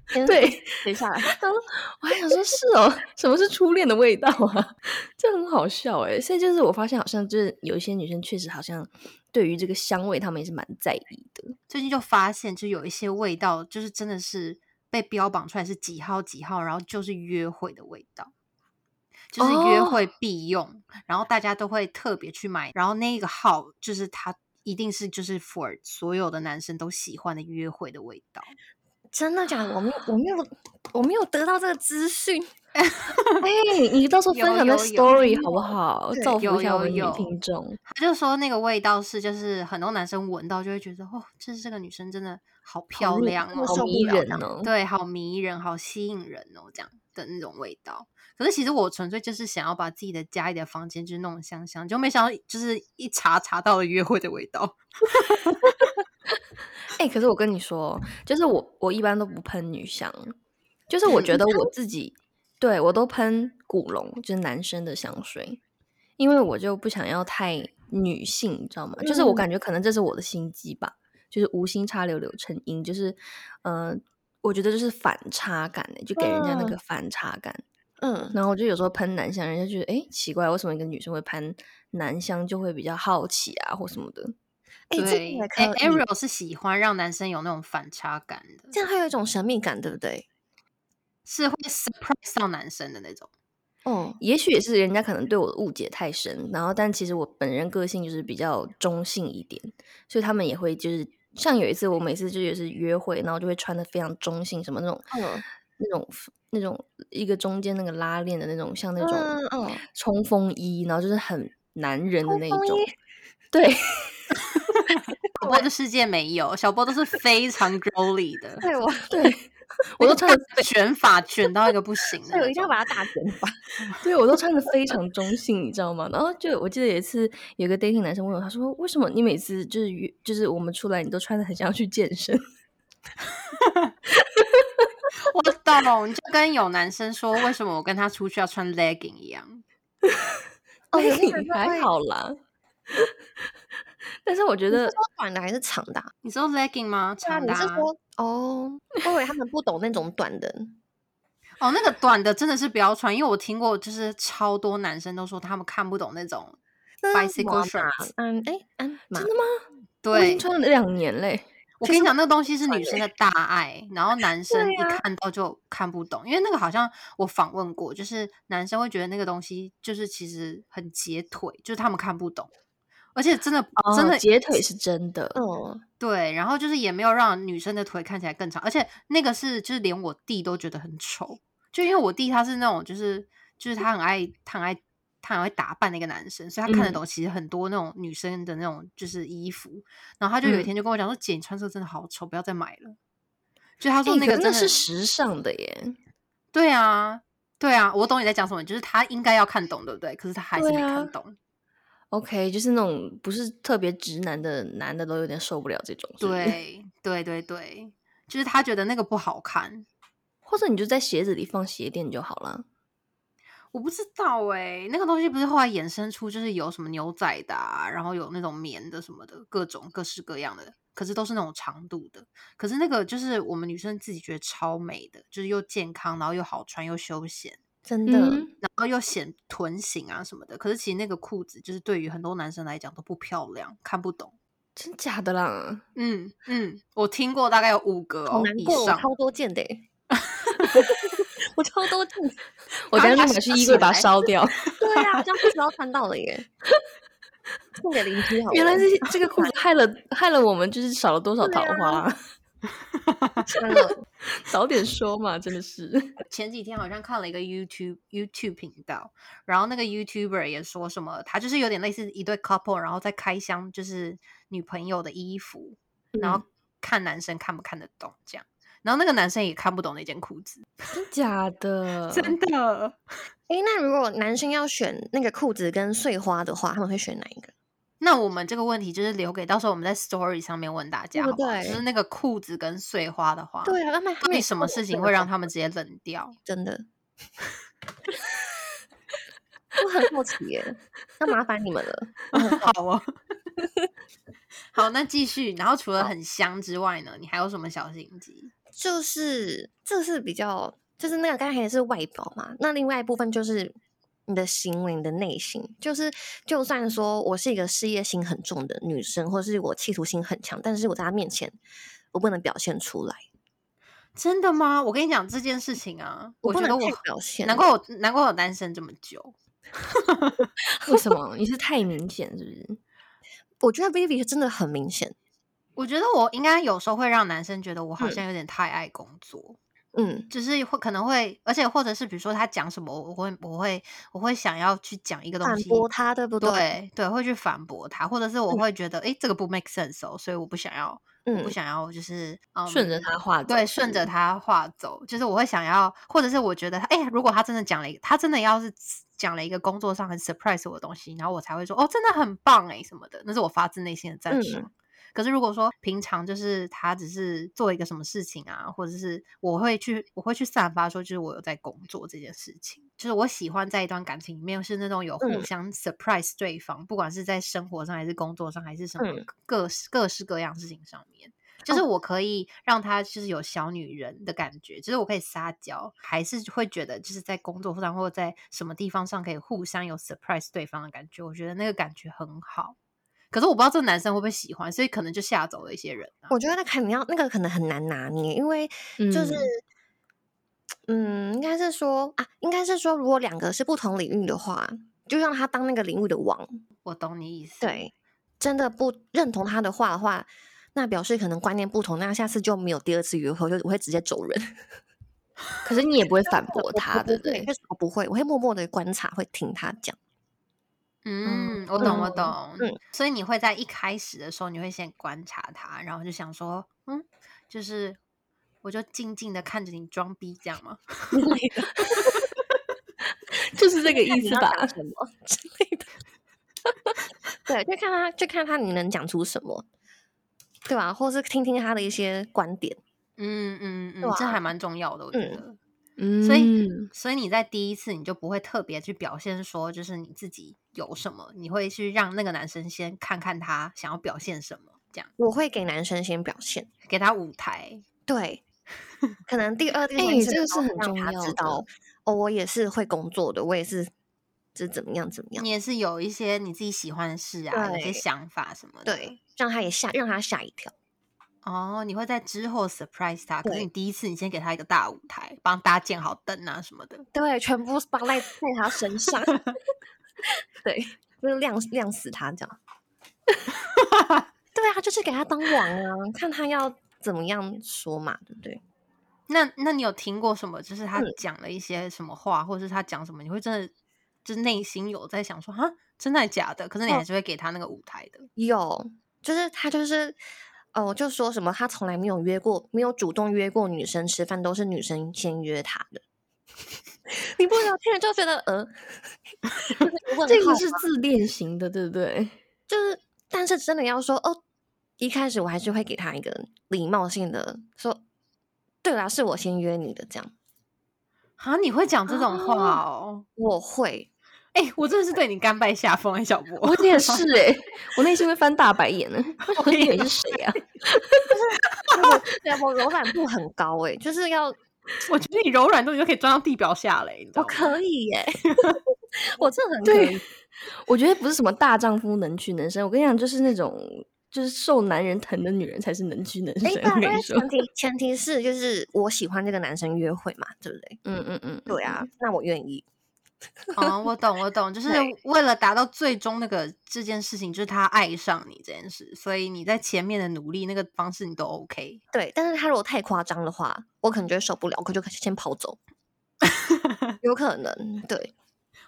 Speaker 1: 先
Speaker 3: 对，
Speaker 1: 等一下来。
Speaker 3: 然后我还想说，是哦，什么是初恋的味道啊？ 这很好笑哎、所以就是我发现，好像就是有一些女生确实好像对于这个香味，她们也是蛮在意的。
Speaker 2: 最近就发现，就有一些味道，就是真的是被标榜出来是几号几号，然后就是约会的味道，就是约
Speaker 3: 哦
Speaker 2: 会必用，然后大家都会特别去买，然后那个号就是它一定是就是 for 所有的男生都喜欢的约会的味道。
Speaker 1: 真的假的？我没有，我没有，我没有得到这个资讯。
Speaker 3: 哎、你到时候分
Speaker 2: 有
Speaker 3: 享那
Speaker 2: 有有
Speaker 3: story 好不好？
Speaker 1: 对
Speaker 3: 造福
Speaker 2: 有
Speaker 3: 一下我
Speaker 2: 有
Speaker 3: 们女
Speaker 2: 有
Speaker 3: 听众。
Speaker 2: 他就说那个味道是，就是很多男生闻到就会觉得，哦，这这个女生真的好漂
Speaker 3: 迷
Speaker 2: 亮
Speaker 1: 我
Speaker 2: 哦，
Speaker 1: 受不
Speaker 3: 好迷
Speaker 1: 了
Speaker 3: 人
Speaker 1: 这样
Speaker 3: 哦！
Speaker 2: 对，好迷人，好吸引人哦，这样的那种味道。可是其实我纯粹就是想要把自己的家里的房间就是弄香香，就没想到就是一查查到了约会的味 道。
Speaker 3: 哎、可是我跟你说，就是我我一般都不喷女香，就是我觉得我自己对我都喷古龙，就是男生的香水，因为我就不想要太女性，你知道吗？就是我感觉可能这是我的心机吧，就是无心插柳柳成荫，就是嗯、呃我觉得就是反差感、欸，就给人家那
Speaker 1: 嗯
Speaker 3: 个反差感。
Speaker 1: 嗯，
Speaker 3: 然后我就有时候喷男香，人家觉得哎、诶奇怪，为什么一个女生会喷男香，就会比较好奇啊或什么的。
Speaker 1: 哎、这个
Speaker 2: 对
Speaker 1: 也可
Speaker 2: 哎
Speaker 1: 以，
Speaker 2: ，Ariel 是喜欢让男生有那种反差感的，
Speaker 1: 这样还有一种神秘感，对不对？
Speaker 2: 是会 surprise 到男生的那种。
Speaker 1: 嗯，
Speaker 3: 也许也是人家可能对我的误解太深，然后但其实我本人个性就是比较中性一点，所以他们也会就是像有一次我每次就也是约会，然后就会穿的非常中性，什么那种
Speaker 1: 嗯
Speaker 3: 那种那种一个中间那个拉链的那种，像那
Speaker 1: 嗯
Speaker 3: 种
Speaker 1: 嗯
Speaker 3: 冲锋衣，然后就是很男人的那一
Speaker 1: 冲锋
Speaker 3: 种
Speaker 1: 衣。
Speaker 3: 对，
Speaker 2: 小波的世界没有，小波都是非常 girly 的，
Speaker 1: 对我，
Speaker 3: 我都穿的，
Speaker 2: 卷发卷到一个不行 的
Speaker 1: 对我
Speaker 2: 那
Speaker 1: 一定要
Speaker 2: 种。
Speaker 1: 把它打卷发。
Speaker 3: 对我都穿的非常中性，你知道吗？然后就我记得有一次，有个 dating 男生问我，他说：“为什么你每次就是约就是我们出来，你都穿的很像要去健身？”
Speaker 2: 我懂，你就跟有男生说为什么我跟他出去要穿 legging 一样。
Speaker 1: 哦，有些
Speaker 3: 你
Speaker 1: 男生
Speaker 3: 还
Speaker 1: 会，
Speaker 3: 好啦。但是我觉
Speaker 1: 你是
Speaker 3: 得
Speaker 1: 说短的还是长的啊？
Speaker 2: 你说 legging 吗？
Speaker 1: 对啊，
Speaker 2: 长
Speaker 1: 你
Speaker 2: 的、
Speaker 1: 是说哦？我以为他们不懂那种短 的。
Speaker 2: 哦，那个短的真的是不要穿，因为我听过，就是超多男生都说他们看不懂那种
Speaker 1: 那是什么
Speaker 2: bicycle
Speaker 1: 啊
Speaker 2: shorts。
Speaker 1: 嗯，哎，嗯，马
Speaker 3: 真的吗？我已
Speaker 2: 对
Speaker 3: 经，穿了两年嘞。
Speaker 2: 我
Speaker 1: 其
Speaker 2: 跟你
Speaker 1: 实
Speaker 2: 讲，那个东西是
Speaker 1: 穿
Speaker 2: 女
Speaker 1: 的
Speaker 2: 生的大爱，然后男生
Speaker 1: 对
Speaker 2: 一
Speaker 1: 啊
Speaker 2: 看到就看不懂，因为那个好像我访问过，就是男生会觉得那个东西就是其实很解腿，就是他们看不懂，而且真的、真
Speaker 3: 哦
Speaker 2: 的
Speaker 3: 截腿是真的，
Speaker 1: 嗯，
Speaker 2: 对，然后就是也没有让女生的腿看起来更长，而且那个是就是连我弟都觉得很丑，就因为我弟他是那种就是就是他很爱他很爱他很爱打扮的一个男生，所以他看得
Speaker 3: 嗯
Speaker 2: 懂其实很多那种女生的那种就是衣服，然后他就有一
Speaker 3: 嗯
Speaker 2: 天就跟我讲说：“姐，你穿这个真的好丑，不要再买了。”就他
Speaker 3: 他
Speaker 2: 说那个真的、
Speaker 3: 那哎是时尚的耶。
Speaker 2: 对啊对啊，我懂你在讲什么，就是他应该要看懂，对不对？可是他还是
Speaker 3: 对
Speaker 2: 没
Speaker 3: 啊
Speaker 2: 看懂，
Speaker 3: OK，就是那种不是特别直男的男的都有点受不了这种，是不是，
Speaker 2: 对对对对，就是他觉得那个不好看。
Speaker 3: 或者你就在鞋子里放鞋垫就好了。
Speaker 2: 我不知道哎、那个东西不是后来衍生出，就是有什么牛仔的、啊，然后有那种棉的什么的，各种各式各样的，可是都是那种长度的。可是那个就是我们女生自己觉得超美的，就是又健康，然后又好穿，又休闲，
Speaker 1: 真的，
Speaker 3: 嗯，
Speaker 2: 然后又显臀型啊什么的。可是其实那个裤子就是对于很多男生来讲都不漂亮，看不懂。
Speaker 3: 真假的啦？
Speaker 2: 嗯嗯，我听过大概有五个
Speaker 1: 好
Speaker 2: 哦
Speaker 1: 难
Speaker 2: 以
Speaker 1: 过，我
Speaker 2: 上，
Speaker 1: 超多件的欸。 我超多件的，
Speaker 3: 我等
Speaker 2: 刚
Speaker 3: 下
Speaker 2: 刚
Speaker 3: 立马去
Speaker 2: 想
Speaker 3: 衣
Speaker 2: 起
Speaker 3: 柜把它
Speaker 2: 来
Speaker 3: 烧掉。
Speaker 1: 对呀、啊，这样不需要穿到了耶。送给邻居好了。
Speaker 3: 原来这些这个裤子害了害了我们，就是少了多少桃花、
Speaker 1: 穿 了，
Speaker 3: 早点说嘛，真的是。
Speaker 2: 前几天好像看了一个 YouTube YouTube 频道，然后那个 YouTuber 也说什么，他就是有点类似一对 couple，然后在开箱就是女朋友的衣服，然
Speaker 1: 嗯
Speaker 2: 后看男生看不看得懂这样。然后那个男生也看不懂那件裤子，
Speaker 3: 真假的？
Speaker 2: 的。
Speaker 1: 哎，那如果男生要选那个裤子跟碎花的话，他们会选哪一个？
Speaker 2: 那我们这个问题就是留给到时候我们在 Story 上面问大
Speaker 1: 对
Speaker 2: 家好
Speaker 1: 不
Speaker 2: 不好，就
Speaker 1: 哦对
Speaker 2: 是那个裤子跟碎花的话，
Speaker 1: 对啊，他们他
Speaker 2: 到
Speaker 1: 们
Speaker 2: 底
Speaker 1: 也
Speaker 2: 什
Speaker 1: 不
Speaker 2: 么
Speaker 1: 懂
Speaker 2: 事
Speaker 1: 这
Speaker 2: 情
Speaker 1: 个
Speaker 2: 会让
Speaker 1: 吧
Speaker 2: 他们直接冷掉？
Speaker 1: 真 的？我很好奇耶，那麻烦你们了。
Speaker 2: 好哦，好，那继续。然后除了很香之外呢，你还有什么小心机？
Speaker 1: 就是这是比较，就是那个刚才是外表嘛，那另外一部分就是你的行为、你的内心。就是就算说我是一个事业心很重的女生，或是我企图心很强，但是我在她面前我不能表现出来，
Speaker 2: 真的吗？我跟你讲这件事情啊，我
Speaker 1: 不
Speaker 2: 觉
Speaker 1: 能
Speaker 2: 得
Speaker 1: 去
Speaker 2: 我
Speaker 1: 表现。
Speaker 2: 难怪我难怪我单身这么久。
Speaker 3: 为什么？你是太明显是不是？
Speaker 1: 我觉得 Vivi 真的很明显，
Speaker 2: 我觉得我应该有时候会让男生觉得我好
Speaker 1: 嗯
Speaker 2: 像有点太爱工作，
Speaker 1: 嗯，
Speaker 2: 就是会可能会，而且或者是比如说他讲什么，我会我会我会想要去讲一个东
Speaker 1: 反
Speaker 2: 西，
Speaker 1: 驳她，对不对？
Speaker 2: 对对，会去反驳他，或者是我会觉得，诶，这个不 make sense 哦，所以我不想要，我不
Speaker 1: 嗯，
Speaker 2: 想要，就是嗯
Speaker 3: 顺着他话走
Speaker 2: 对，
Speaker 3: 是
Speaker 2: 顺
Speaker 3: 不
Speaker 2: 着
Speaker 3: 是
Speaker 2: 他话走，就是我会想要，或者是我觉得他，哎、如果他真的讲了一个，他真的要是讲了一个工作上很 surprise 我的东西，然后我才会说，哦，真的很棒哎、什么的，那是我发自内心的赞
Speaker 1: 嗯
Speaker 2: 赏。可是如果说平常就是他只是做一个什么事情啊，或者是我会去我会去散发说，就是我有在工作这件事情，就是我喜欢在一段感情里面是那种有互
Speaker 1: 嗯
Speaker 2: 相 surprise 对方，不管是在生活上还是工作上还是什么
Speaker 1: 嗯
Speaker 2: 各式各式各样事情上面。就是我可以让她就是有小女人的感觉，就是我可以撒娇，还是会觉得就是在工作上或者在什么地方上可以互相有 surprise 对方的感觉，我觉得那个感觉很好。可是我不知道这个男生会不会喜欢，所以可能就吓走了一些人、啊。
Speaker 1: 我觉得那肯定要那个可能很难拿捏，因为就是
Speaker 3: 嗯，
Speaker 1: 嗯应该是说啊，应该是说，如果两个是不同领域的话，就让他当那个领域的王。
Speaker 2: 我懂你意思。，
Speaker 1: 对，真的不认同他的话的话，那表示可能观念不同，那下次就没有第二次约会，就我会直接走人。
Speaker 3: 可是你也不会反驳
Speaker 1: 我
Speaker 3: 他，
Speaker 1: 我
Speaker 3: 对
Speaker 1: 不
Speaker 3: 不对
Speaker 1: 会？，我不会，我会默默的观察，会听他讲。
Speaker 2: 嗯，我懂，我
Speaker 3: 嗯
Speaker 2: 懂。
Speaker 1: 嗯
Speaker 2: 所以你会在一开始的时候，你会先观察他，然后就想说，嗯，就是我就静静的看着你装逼，这样吗？
Speaker 3: 就是 这个意
Speaker 1: 你
Speaker 3: 思
Speaker 1: 要
Speaker 3: 吧？
Speaker 1: 讲什么之类的。对，就看他，就看他你能讲出什么，对吧、或是听听他的一些观点。
Speaker 2: 嗯嗯嗯
Speaker 1: 对，
Speaker 2: 这
Speaker 1: 啊
Speaker 2: 还蛮重要的，我觉
Speaker 1: 嗯
Speaker 2: 得。
Speaker 3: 嗯，
Speaker 2: 所以，所以你在第一次你就不会特别去表现说，就是你自己有什么，你会去让那个男生先看看他想要表现什么，这样
Speaker 1: 我会给男生先表现，
Speaker 2: 给他舞台。
Speaker 1: 对， 可能第二、第三
Speaker 3: 哎
Speaker 1: 次
Speaker 3: 这个
Speaker 1: 的时候
Speaker 3: 是很
Speaker 1: 让
Speaker 3: 重
Speaker 1: 他
Speaker 3: 要
Speaker 1: 知
Speaker 3: 的
Speaker 1: 道哦，我也是会工作的，我也是，这怎么样怎么样
Speaker 2: 你，也是有一些你自己喜欢的事啊，有一些
Speaker 1: 对
Speaker 2: 想法什么的。
Speaker 1: 对，让他也吓，让他吓一跳。
Speaker 2: 哦，你会在之后 surprise 他，可是
Speaker 1: 对
Speaker 2: 你第一次你先给他一个大舞台，帮大家建好灯啊什么的。
Speaker 1: 对，全部是绑在在他身上， 对，就是亮亮死他这样。 对啊，就是给他当王啊，看他要怎么样说嘛，对不对？
Speaker 2: 那那你有听过什么？就是他
Speaker 1: 嗯
Speaker 2: 讲了一些什么话，或者是他讲什么，你会真的就是内心有在想说啊，真的假的？可是你
Speaker 1: 哦
Speaker 2: 还是会给他那个舞台的。
Speaker 1: 有，就是他就是，哦、就说什么他从来没有约过，没有主动约过女生吃饭，都是女生先约他的。 你不聊天就觉得呃， 就是问
Speaker 3: 这
Speaker 1: 号
Speaker 3: 个是 自恋型的，对不对？
Speaker 1: 就是，但是真的要说哦，一开始我还是会给他一个礼貌性的说，对啦，是我先约你的，这样
Speaker 2: 啊，你会讲这种话
Speaker 3: 啊
Speaker 2: 哦？
Speaker 1: 我会，
Speaker 2: 哎、我真的是对你甘拜下风哎、小博。
Speaker 3: 我 也是哎、我内心会翻大白 眼呢。我
Speaker 2: 也
Speaker 3: 以为是谁啊呀、
Speaker 1: 对啊，我柔软度很高诶、就是要
Speaker 2: 我觉得你柔软度你就可以钻到地表下嘞、你知道
Speaker 1: 我
Speaker 2: 吗？
Speaker 1: 可以 耶、我真的很可
Speaker 3: 对
Speaker 1: 以，
Speaker 3: 我觉得不是什么大丈夫能屈能伸，我跟你讲，就是那种就是受男人疼的女人才是能屈能
Speaker 1: 哎，
Speaker 3: 伸。
Speaker 1: 对
Speaker 3: 我
Speaker 1: 啊，
Speaker 3: 跟
Speaker 1: 但
Speaker 3: 你
Speaker 1: 是
Speaker 3: 说，
Speaker 1: 前提前提是就是我喜欢这个男生约会嘛，对不对？
Speaker 3: 嗯嗯嗯，
Speaker 1: 对啊，那我愿意，
Speaker 2: 哦，我懂，我懂，就是
Speaker 1: 对
Speaker 2: 为了达到最终那个这件事情，就是他爱上你这件事，所以你在前面的努力那个方式你都 OK。
Speaker 1: 对。但是他如果太夸张的话，我可能就会受不了，我可就先跑 走，有可能，对，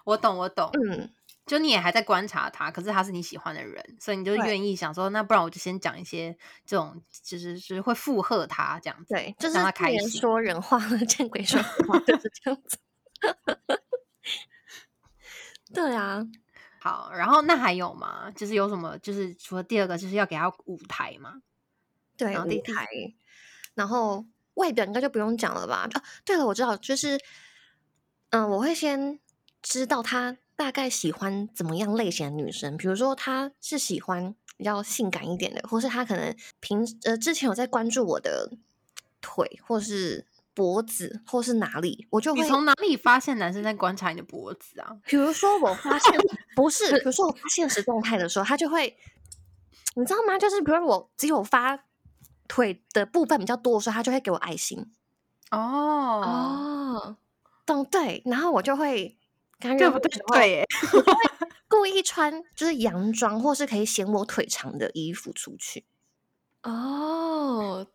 Speaker 2: 我懂，我懂，
Speaker 1: 嗯，
Speaker 2: 就你也还在观察他，可是他是你喜欢的人，所以你就
Speaker 1: 对
Speaker 2: 愿意想说，那不然我就先讲一些这种，就是是会附和他这样子。
Speaker 1: 对，就是
Speaker 2: 让他
Speaker 1: 见
Speaker 2: 开
Speaker 1: 人
Speaker 2: 心
Speaker 1: 说人话，见鬼说鬼话，就是这样子。 对啊，
Speaker 2: 好，然后那还有吗？就是有什么？就是除了第二个，就是要给他舞台嘛。
Speaker 1: 对
Speaker 2: 然后第
Speaker 1: 舞
Speaker 2: 第
Speaker 1: 台，然后外表应该就不用讲了吧？啊，对了，我知道，就是嗯、我会先知道他大概喜欢怎么样类型的女生，比如说他是喜欢比较性感一点的，或是他可能平呃之前有在关注我的腿或是脖子或是哪里，我就
Speaker 2: 你
Speaker 1: 会
Speaker 2: 从哪里发现男生在观察你的脖子啊？
Speaker 1: 比如说我发 现不是，比如说我发现实动态的时候，他就会，你知道吗？就是比如我只有发腿的部分比较多的时候，他就会给我爱心，
Speaker 2: 哦，
Speaker 3: 哦，
Speaker 1: 懂对？然后我就会跟他
Speaker 2: 对
Speaker 1: 约
Speaker 2: 不
Speaker 1: 会
Speaker 2: 对
Speaker 1: 的时？候
Speaker 2: 对耶，
Speaker 1: 故意穿就是洋装或是可以显我腿长的衣服出去。
Speaker 3: 哦，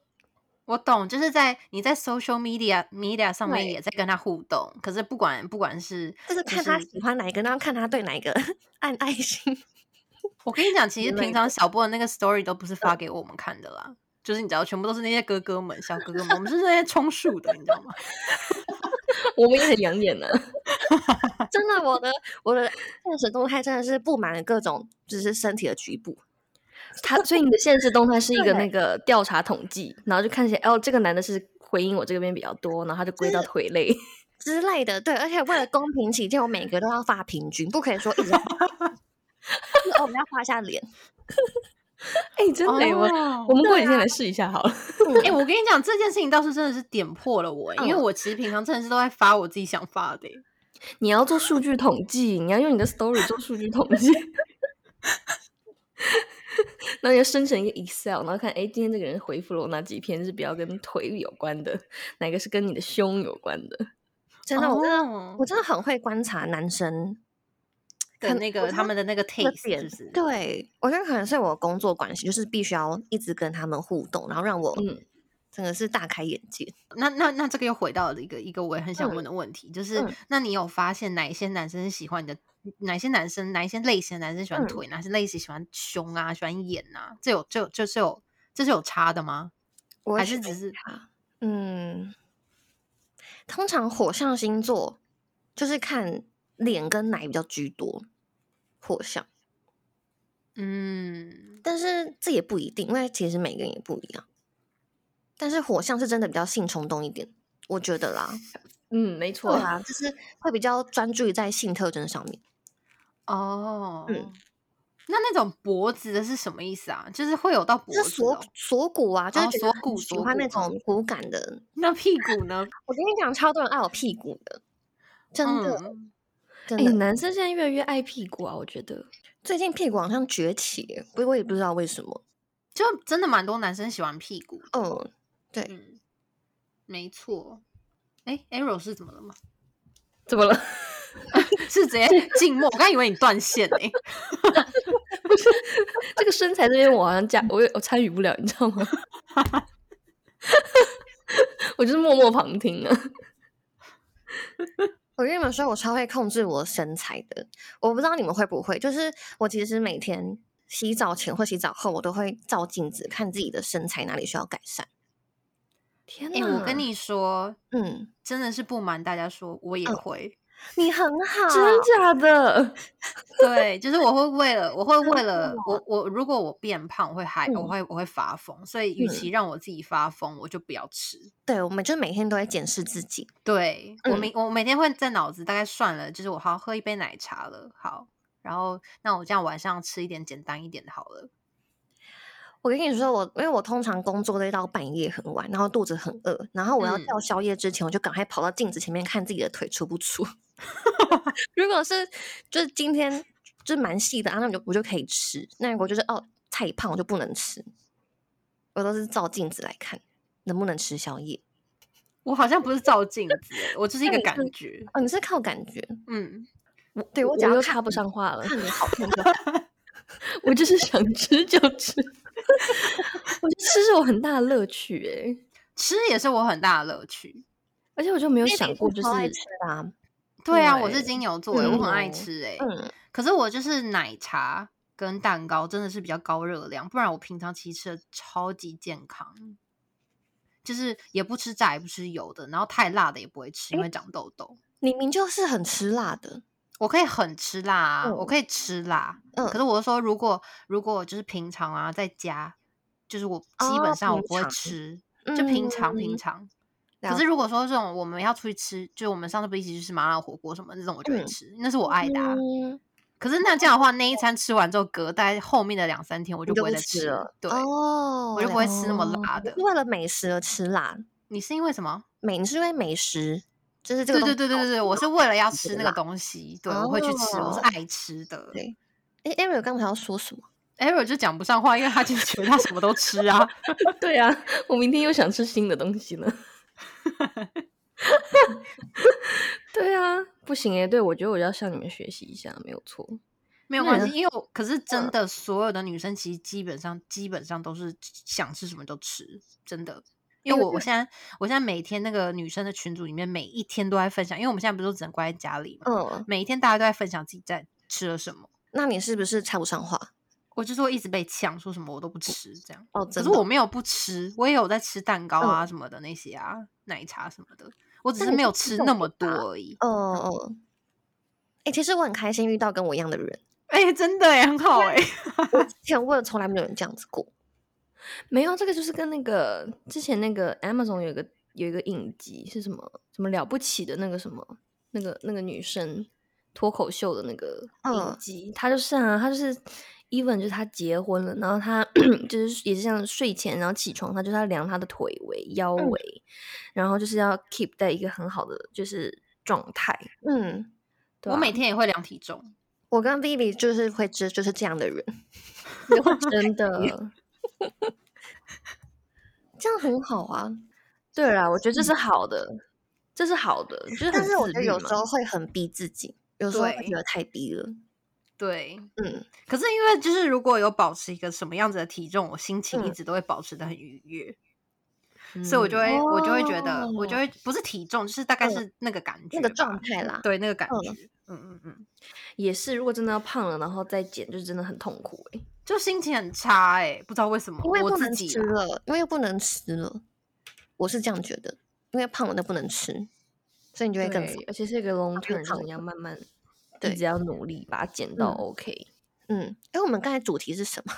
Speaker 2: 我懂，就是在你在 social media media 上面
Speaker 1: 对
Speaker 2: 也在跟他互动，可是不管不管是
Speaker 1: 就是
Speaker 2: 就
Speaker 1: 看他
Speaker 2: 是
Speaker 1: 喜欢哪一个，然后看他对哪一个 按爱心。
Speaker 2: 我跟你讲，其实
Speaker 1: 之类
Speaker 2: 平常小波的那个 story 都不是发给我们看的啦，就是你知道，全部都是那些哥哥们、小哥哥们，我们就是那些充数的，你知道吗？
Speaker 3: 我们也很养眼呢、
Speaker 1: 真的，我的我的现实动态真的是布满了各种就是身体的局部。
Speaker 3: 他，所以你的现实动态是一个
Speaker 1: 对
Speaker 3: 那个调查统计，然后就看一下，哦，这个男的是回应我这边比较多，然后他就归到腿类。
Speaker 1: 之类的，对，而且为了公平起见，我每个都要发平均，不可以说一直发就是哦，我们要画一下脸，
Speaker 3: 哎、真的耶，我
Speaker 2: 哦
Speaker 3: 我们过几天来试一下好了。
Speaker 2: 哎、我跟你讲，这件事情倒是真的是点破了我、因为
Speaker 1: 嗯
Speaker 2: 我其实平常真的是都在发我自己想发的、
Speaker 3: 你要做数据统计，你要用你的 story 做数据统计， 然后你要生成一个 Excel，然后看，哎，今天这个人回复了我哪几篇是比较跟腿有关的，哪个是跟你的胸有关的？
Speaker 1: 真的，我真的，
Speaker 2: 哦
Speaker 1: 我真的很会观察男生
Speaker 2: 的
Speaker 1: 看
Speaker 2: 那
Speaker 1: 我
Speaker 2: 个
Speaker 1: 真
Speaker 2: 他
Speaker 1: 的
Speaker 2: 们的那个
Speaker 1: 这个
Speaker 2: taste
Speaker 1: 点
Speaker 2: 就是，
Speaker 1: 对我觉得可能是我的工作关系，就是必须要一直跟他们互动，然后让我
Speaker 3: 嗯
Speaker 1: 真的是大开眼界。
Speaker 2: 那那那这个又回到了一个一个我也很想问的问题，就是、
Speaker 1: 嗯
Speaker 2: 那你有发现哪一些男生喜欢你的，哪一些男生哪一些类型的男生喜欢
Speaker 1: 嗯
Speaker 2: 腿，哪些类型喜欢胸啊，喜欢眼啊？这有这有这是有这是有差的吗？
Speaker 1: 我
Speaker 2: 还
Speaker 1: 喜
Speaker 2: 是
Speaker 1: 欢
Speaker 2: 只是
Speaker 1: 他嗯，通常火象星座就是看脸跟奶比较居多，火象，
Speaker 2: 嗯
Speaker 1: 但是这也不一定，因为其实每个人也不一样。但是火象是真的比较性冲动一点，我觉得啦，
Speaker 3: 嗯，没错
Speaker 1: 对，啊，就是会比较专注于在性特征上面。
Speaker 2: 哦
Speaker 1: 嗯
Speaker 2: 那那种脖子的是什么意思啊？就是会有到脖
Speaker 1: 就是
Speaker 2: 子、
Speaker 1: 锁
Speaker 2: 哦，
Speaker 1: 锁骨啊，就是
Speaker 2: 哦
Speaker 1: 觉
Speaker 2: 锁
Speaker 1: 得很
Speaker 2: 骨
Speaker 1: 喜
Speaker 2: 锁
Speaker 1: 欢那
Speaker 2: 骨嗯
Speaker 1: 种骨感的。
Speaker 2: 那屁股呢？
Speaker 1: 我跟你讲，超多人爱我屁股的，真的、
Speaker 2: 嗯
Speaker 1: 真
Speaker 3: 哎、
Speaker 1: 的。
Speaker 3: 男生现在越来越爱屁股啊，我觉得。
Speaker 1: 最近屁股好像崛起耶，不，我也不知道为什么。
Speaker 2: 就真的蛮多男生喜欢屁股的。
Speaker 1: 嗯，对，
Speaker 2: 嗯，没错。哎，Arrow 是怎么了吗？
Speaker 3: 怎么了？
Speaker 2: 是直接静默，我刚以为你断线哎、
Speaker 3: 这个身材这边我好像加我也我参与不了，你知道吗？ 我就是默默旁听啊。
Speaker 1: 我跟你们说，我超会控制我身材的。我不知道你们会不会，就是我其实每天洗澡前或洗澡后，我都会照镜子看自己的身材哪里需要改善。
Speaker 3: 天
Speaker 2: 哎、我跟你说，
Speaker 1: 嗯，
Speaker 2: 真的是不瞒大家说，我也会。
Speaker 1: 你很好，
Speaker 3: 真
Speaker 1: 啊
Speaker 3: 假的？
Speaker 2: 对，就是我会为了，我会为
Speaker 1: 真的
Speaker 2: 了我我如果我变胖，我会害，
Speaker 1: 嗯
Speaker 2: 我会我会发疯。所以，与其让我自己发疯，我就不要吃。
Speaker 1: 对我们就每天都会检视自己。
Speaker 2: 对我
Speaker 1: 嗯
Speaker 2: 每我每天会在脑子大概算了，就是我好喝一杯奶茶了，好，然后那我这样晚上吃一点简单一点的好了。
Speaker 1: 我跟你说，我因为我通常工作累到半夜很晚，然后肚子很饿，然后我要
Speaker 2: 嗯
Speaker 1: 叫宵夜之前，我就赶快跑到镜子前面看自己的腿粗不粗。 如果是就是今天就是蛮细的啊，那我就我就可以吃。那如果就是哦太胖，我就不能吃。我都是照镜子来看能不能吃宵夜。
Speaker 2: 我好像不是照镜子欸，我就是一
Speaker 1: 那
Speaker 2: 个
Speaker 1: 你
Speaker 2: 感
Speaker 1: 是
Speaker 2: 觉。
Speaker 1: 哦，你是靠感觉，
Speaker 2: 嗯，
Speaker 1: 对我只要
Speaker 3: 又
Speaker 1: 看
Speaker 3: 插不上话了，
Speaker 1: 看你好看就好。
Speaker 3: 我就是想吃就吃， 我觉得吃是我很大的乐趣哎、
Speaker 2: 吃也是我很大的乐趣。
Speaker 3: 而且我就没有
Speaker 1: 因为
Speaker 3: 想
Speaker 1: 你
Speaker 3: 过就是
Speaker 1: 超爱吃的啊，
Speaker 2: 对啊，我是
Speaker 3: 对
Speaker 2: 金牛座欸，我很爱
Speaker 3: 嗯
Speaker 2: 吃哎、
Speaker 1: 嗯，
Speaker 2: 可是我就是奶茶跟蛋糕真的是比较高热量，不然我平常其实吃的超级健康，就是也不吃炸也不吃油的，然后太辣的也不会吃，因为长痘痘。
Speaker 1: 你明明就是很吃辣的，
Speaker 2: 我可以很吃辣啊，
Speaker 1: 嗯
Speaker 2: 我可以吃辣。
Speaker 1: 嗯
Speaker 2: 可是我是说，如果如果就是平常啊，在家，就是我基本
Speaker 1: 哦
Speaker 2: 上我
Speaker 1: 平
Speaker 2: 不会
Speaker 1: 常
Speaker 2: 吃，就平常平
Speaker 1: 嗯
Speaker 2: 常。
Speaker 1: 了
Speaker 2: 可是如果说这种我们要出去吃，就我们上次不一起去吃麻辣火锅什么那种，我就会
Speaker 1: 嗯
Speaker 2: 吃，那是我爱的、啊。
Speaker 1: 嗯
Speaker 2: 可是那这样的话，那一餐吃完之后，隔在后面的两三天我就
Speaker 1: 你就
Speaker 2: 不会
Speaker 1: 不
Speaker 2: 再
Speaker 1: 吃
Speaker 2: 吃
Speaker 1: 了
Speaker 2: 对，
Speaker 1: 哦，
Speaker 2: 我就不会吃那么
Speaker 1: 了
Speaker 2: 辣
Speaker 1: 解
Speaker 2: 的
Speaker 1: 你是为了美食而吃辣，
Speaker 2: 你是因为什么？
Speaker 1: 美你是因为美食，就是这个哦
Speaker 2: 对对对对对对，我是为了要
Speaker 1: 你觉
Speaker 2: 吃
Speaker 1: 得
Speaker 2: 那个
Speaker 1: 辣
Speaker 2: 东西，对我会去吃，我
Speaker 1: 哦
Speaker 2: 是爱吃的。
Speaker 1: 对。哎 a r i 刚才要说什么？
Speaker 2: Ariel 就讲不上话，因为他就觉得他什么都吃 啊。
Speaker 3: 对啊，我明天又想吃新的东西了。对啊，不行哎、对我觉得我要向你们学习一下，没有错。
Speaker 2: 没有
Speaker 3: 那
Speaker 2: 关
Speaker 3: 人
Speaker 2: 系，因为我可是真
Speaker 1: 嗯
Speaker 2: 的，所有的女生其实基本上基本上都是想吃什么就吃，真的。因
Speaker 1: 哎
Speaker 2: 为
Speaker 1: 我
Speaker 2: 我我现在我现在每天那个女生的群组里面，每一天都在分享，因为我们现在不是都只能关在家里嘛，
Speaker 1: 嗯，
Speaker 2: 每一天大家都在分享自己在吃了什么。
Speaker 1: 那你是不是插不上话？
Speaker 2: 我就是会一直被呛，说什么我都不吃这样。
Speaker 1: 哦，
Speaker 2: 可
Speaker 1: 真
Speaker 2: 是
Speaker 1: 的嗯
Speaker 2: 我没有不吃，我也有在吃蛋糕啊什么的那些啊，奶茶什么的，我只
Speaker 1: 那
Speaker 2: 是
Speaker 1: 你是
Speaker 2: 没有
Speaker 1: 吃这
Speaker 2: 吃
Speaker 1: 种
Speaker 2: 那
Speaker 1: 的
Speaker 2: 么多
Speaker 1: 吧
Speaker 2: 而已。
Speaker 1: 哦哦。哎、其实我很开心遇到跟我一样的人。
Speaker 2: 哎、真的 哎，很好哎。
Speaker 1: 我之前我也从来没有人这样子过。
Speaker 3: 没有，这个就是跟那个之前那个 Amazon 有一个有一个影集是什么什么了不起的那个什么那个那个女生脱口秀的那个
Speaker 1: 嗯
Speaker 3: 影集，她就是啊，她就是 even 就是她结婚了，然后她 就是也是像睡前然后起床，她就是要量她的腿围腰
Speaker 1: 嗯
Speaker 3: 围，然后就是要 keep 在一个很好的就是状态。
Speaker 1: 嗯，
Speaker 3: 对
Speaker 2: 我
Speaker 3: 啊
Speaker 2: 每天也会量体重，
Speaker 1: 我跟 Vivi 就是会知就是这样的人，
Speaker 3: 真的
Speaker 1: 这样很好啊。
Speaker 3: 对啦，我觉得这是好的，这是好的，就是
Speaker 1: 但
Speaker 3: 很
Speaker 1: 是我
Speaker 3: 自
Speaker 1: 觉得
Speaker 3: 律
Speaker 1: 有
Speaker 3: 嘛
Speaker 1: 时候会很逼自己，有时候会
Speaker 2: 对
Speaker 1: 觉得太逼了。
Speaker 2: 对。
Speaker 1: 嗯，
Speaker 2: 可是因为就是如果有保持一个什么样子的体重，我心情一
Speaker 1: 嗯
Speaker 2: 直都会保持的很愉悦。所以我就会我就会觉得我就
Speaker 1: 哦
Speaker 2: 会不是体重，就是大概
Speaker 1: 嗯
Speaker 2: 是那个感觉
Speaker 1: 那个
Speaker 2: 吧
Speaker 1: 状态啦。
Speaker 2: 对那个感
Speaker 1: 嗯
Speaker 2: 觉，嗯嗯嗯，
Speaker 3: 也是，如果真的要胖了，然后再减，就是真的很痛苦哎、
Speaker 2: 就心情很差哎、不知道为什么
Speaker 1: 因为
Speaker 2: 我
Speaker 1: 不
Speaker 2: 自
Speaker 1: 能
Speaker 2: 己啊
Speaker 1: 吃
Speaker 2: 啦
Speaker 1: 了，因为不能吃了，我是这样觉得，因为胖了那不能吃，所以你就会更
Speaker 3: 对
Speaker 1: 肥，
Speaker 3: 而且是一个 long
Speaker 1: 它会
Speaker 3: term，就是
Speaker 1: 胖
Speaker 3: 你要慢慢，
Speaker 1: 对
Speaker 3: 一直要努力把它减到
Speaker 1: 嗯
Speaker 3: OK。
Speaker 1: 嗯，哎，我们刚才主题是什么？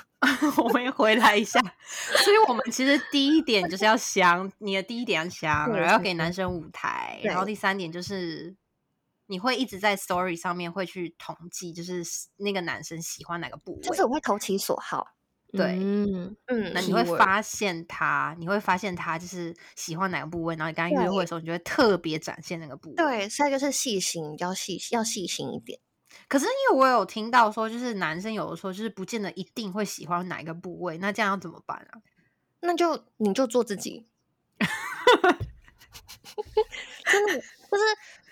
Speaker 2: 我们也回来一下， 所以我们其实第一点就是要想你的第一点要想，
Speaker 3: 对
Speaker 2: 然后要
Speaker 3: 想
Speaker 2: 给男生舞台，
Speaker 1: 对
Speaker 2: 然后第三点就是你会一直在 story 上面会去统计，就是那个男生喜欢哪个部位，
Speaker 1: 就是我会投其所好，
Speaker 2: 对
Speaker 3: 嗯，
Speaker 1: 嗯
Speaker 2: 那，你会
Speaker 3: keyword
Speaker 2: 发现他，你会发现他就是喜欢哪个部位，然后你跟他约
Speaker 1: 对
Speaker 2: 会的时候，你就会特别展现那个部位。
Speaker 1: 对，所以就是细心，要细要细心一点，
Speaker 2: 可是因为我有听到说，就是男生有的时候就是不见得一定会喜欢哪一个部位，那这样要怎么办啊？
Speaker 1: 那就你就做自己， 真的就是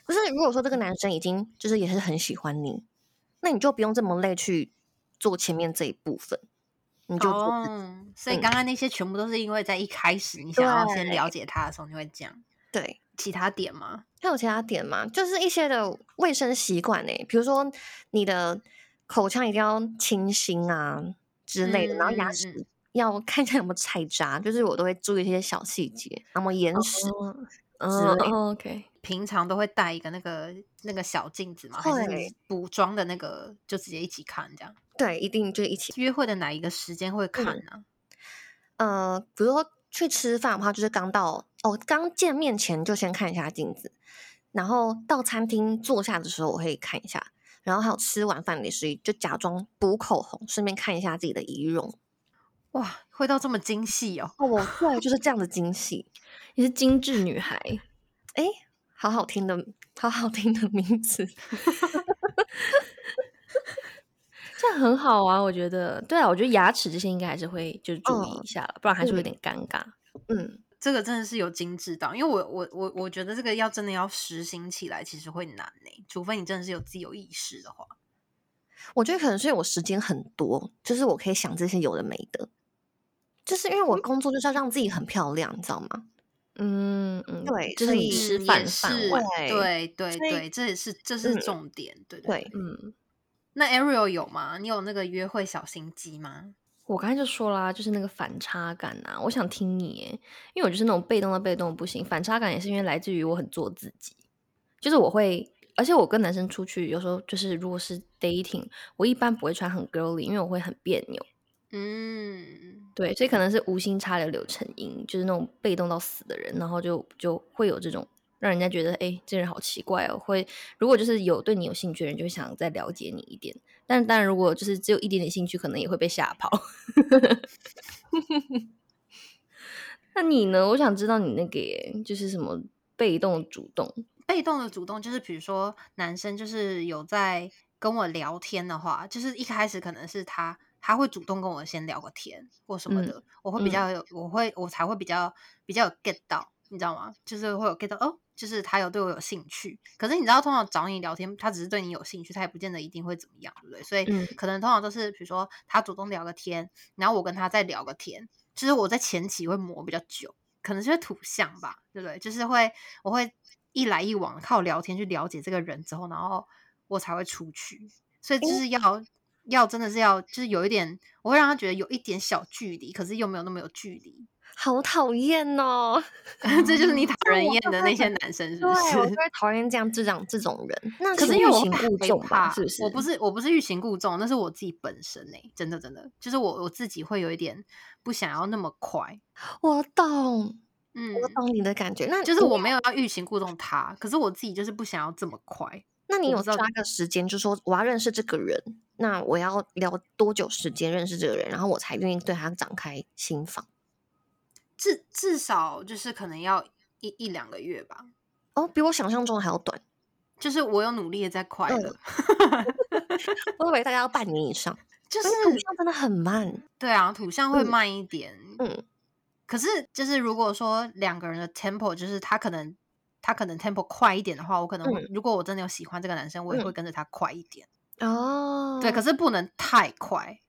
Speaker 1: 就是，如果说这个男生已经就是也是很喜欢你，那你就不用这么累去做前面这一部分，你就做自己。
Speaker 2: 哦，所以
Speaker 1: 嗯
Speaker 2: 刚刚那些全部都是因为在一开始你想要先
Speaker 1: 对
Speaker 2: 了解他的时候，你会这样。
Speaker 1: 对，
Speaker 2: 其他点吗？
Speaker 1: 还有其他点吗？就是一些的卫生习惯呢，比如说你的口腔一定要清新啊之类的，然后
Speaker 2: 嗯
Speaker 1: 牙
Speaker 2: 嗯
Speaker 1: 齿
Speaker 2: 嗯
Speaker 1: 要 看一下有没有菜渣，就是我都会注意一些小细节，那么眼屎
Speaker 3: 哦
Speaker 1: 之类
Speaker 3: 嗯，OK，
Speaker 2: 平常都会带一个那个那个小镜子吗？还是你
Speaker 1: 会
Speaker 2: 补妆的那个就直接一起看这样？
Speaker 1: 对，一定就一起。
Speaker 2: 约会的哪一个时间会看
Speaker 1: 嗯
Speaker 2: 呢、
Speaker 1: 呃，比如说去吃饭的话，就是刚到哦，刚见面前就先看一下镜子，然后到餐厅坐下的时候我会看一下，然后还有吃完饭也是就假装补口红，顺便看一下自己的仪容。
Speaker 2: 哇，会到这么精细哦！
Speaker 1: 哦，我对，就是这样的精细。
Speaker 3: 你是精致女孩，
Speaker 1: 哎，好好听的，好好听的名字。
Speaker 3: 这样很好啊，我觉得。对啊，我觉得牙齿这些应该还是会就是注意
Speaker 1: 嗯
Speaker 3: 一下了，不然还是会
Speaker 1: 嗯
Speaker 3: 有点尴尬。
Speaker 1: 嗯，
Speaker 2: 这个真的是有精致到，因为我我我我觉得这个要真的要实行起来，其实会难呢、除非你真的是有自己有意识的话。
Speaker 1: 我觉得可能是因为我时间很多，就是我可以想这些有的没的。就是因为我工作就是要让自己很漂亮，你知道吗？
Speaker 3: 嗯嗯，
Speaker 1: 对
Speaker 3: 就
Speaker 1: 所
Speaker 3: 是你
Speaker 1: 以
Speaker 3: 吃
Speaker 2: 嗯
Speaker 3: 饭
Speaker 2: 也
Speaker 3: 的
Speaker 2: 是
Speaker 3: 范围。
Speaker 2: 对
Speaker 1: 围
Speaker 2: 对
Speaker 1: 所以
Speaker 2: 对，这也是这是
Speaker 1: 嗯
Speaker 2: 重点，对对
Speaker 1: 对
Speaker 2: 对。
Speaker 3: 嗯，
Speaker 2: 那 Ariel 有吗？你有那个约会小心机吗？
Speaker 3: 我刚才就说啦，就是那个反差感啊，我想听你耶，因为我就是那种被动的被动不行，反差感也是因为来自于我很做自己，就是我会，而且我跟男生出去有时候就是如果是 dating，我一般不会穿很 girly，因为我会很别扭，
Speaker 2: 嗯，
Speaker 3: 对，所以可能是无心插柳柳成荫，就是那种被动到死的人，然后就就会有这种让人家觉得，哎、这人好奇怪哦。会如果就是有对你有兴趣的人，就会想再了解你一点。但当然，如果就是只有一点点兴趣，可能也会被吓跑。 那你呢？我想知道你那个耶就是什么被动主动，
Speaker 2: 被动的主动就是，比如说男生就是有在跟我聊天的话，就是一开始可能是他他会主动跟我先聊个天或什么
Speaker 3: 嗯
Speaker 2: 的，我会比较有，我会我才会比较比较有 get 到，你知道吗？就是会有 get 到哦，就是他有对我有兴趣。可是你知道，通常找你聊天，他只是对你有兴趣，他也不见得一定会怎么样，对不对？所以
Speaker 3: 嗯
Speaker 2: 可能通常都是比如说他主动聊个天，然后我跟他再聊个天，就是我在前期会磨比较久。可能就是土象吧，对不对？就是会，我会一来一往靠聊天去了解这个人之后，然后我才会出去。所以就是要、要真的是要，就是有一点，我会让他觉得有一点小距离，可是又没有那么有距离。
Speaker 1: 好讨厌哦！
Speaker 2: 这就是你讨
Speaker 1: 哦
Speaker 2: 人
Speaker 1: 我
Speaker 2: 厌
Speaker 1: 就
Speaker 2: 的
Speaker 1: 会
Speaker 2: 那些
Speaker 1: 很
Speaker 2: 男生，是
Speaker 1: 对，
Speaker 2: 不
Speaker 1: 我
Speaker 2: 是
Speaker 1: 就？会讨厌这样这种这种人。那
Speaker 3: 可
Speaker 1: 请
Speaker 2: 是
Speaker 3: 是
Speaker 2: 因为
Speaker 3: 欲
Speaker 2: 我
Speaker 3: 擒
Speaker 2: 会
Speaker 3: 故
Speaker 2: 害
Speaker 3: 纵吧
Speaker 2: 怕
Speaker 3: 是不
Speaker 2: 我不
Speaker 3: 是
Speaker 2: 是我不是欲擒故纵，那是我自己本身呢、真的真的，就是我我自己会有一点不想要那么快，
Speaker 1: 我懂，
Speaker 2: 嗯，
Speaker 1: 我懂你的感觉。那
Speaker 2: 就是
Speaker 1: 你
Speaker 2: 我没有要欲擒故纵他，可是我自己就是不想要这么快，
Speaker 1: 那你
Speaker 2: 我
Speaker 1: 有
Speaker 2: 不知道
Speaker 1: 抓个时间，就说我要认识这个人，那我要聊多久时间认识这个人，然后我才愿意对他展开心房？
Speaker 2: 至至少就是可能要一一两个月吧。
Speaker 1: 哦，比我想象中的还要短，
Speaker 2: 就是我有努力的在快
Speaker 1: 嗯
Speaker 2: 乐，
Speaker 1: 我以为大概要半年以上，
Speaker 2: 就是
Speaker 1: 因为土象真的很慢。
Speaker 2: 对啊，土象会
Speaker 1: 嗯
Speaker 2: 慢一点。
Speaker 1: 嗯，
Speaker 2: 可是就是如果说两个人的 tempo，就是他可能他可能 tempo 快一点的话，我可能会、
Speaker 1: 嗯
Speaker 2: 如果我真的有喜欢这个男生，我也会跟着他快一点。
Speaker 1: 哦，
Speaker 2: 对，可是不能太快。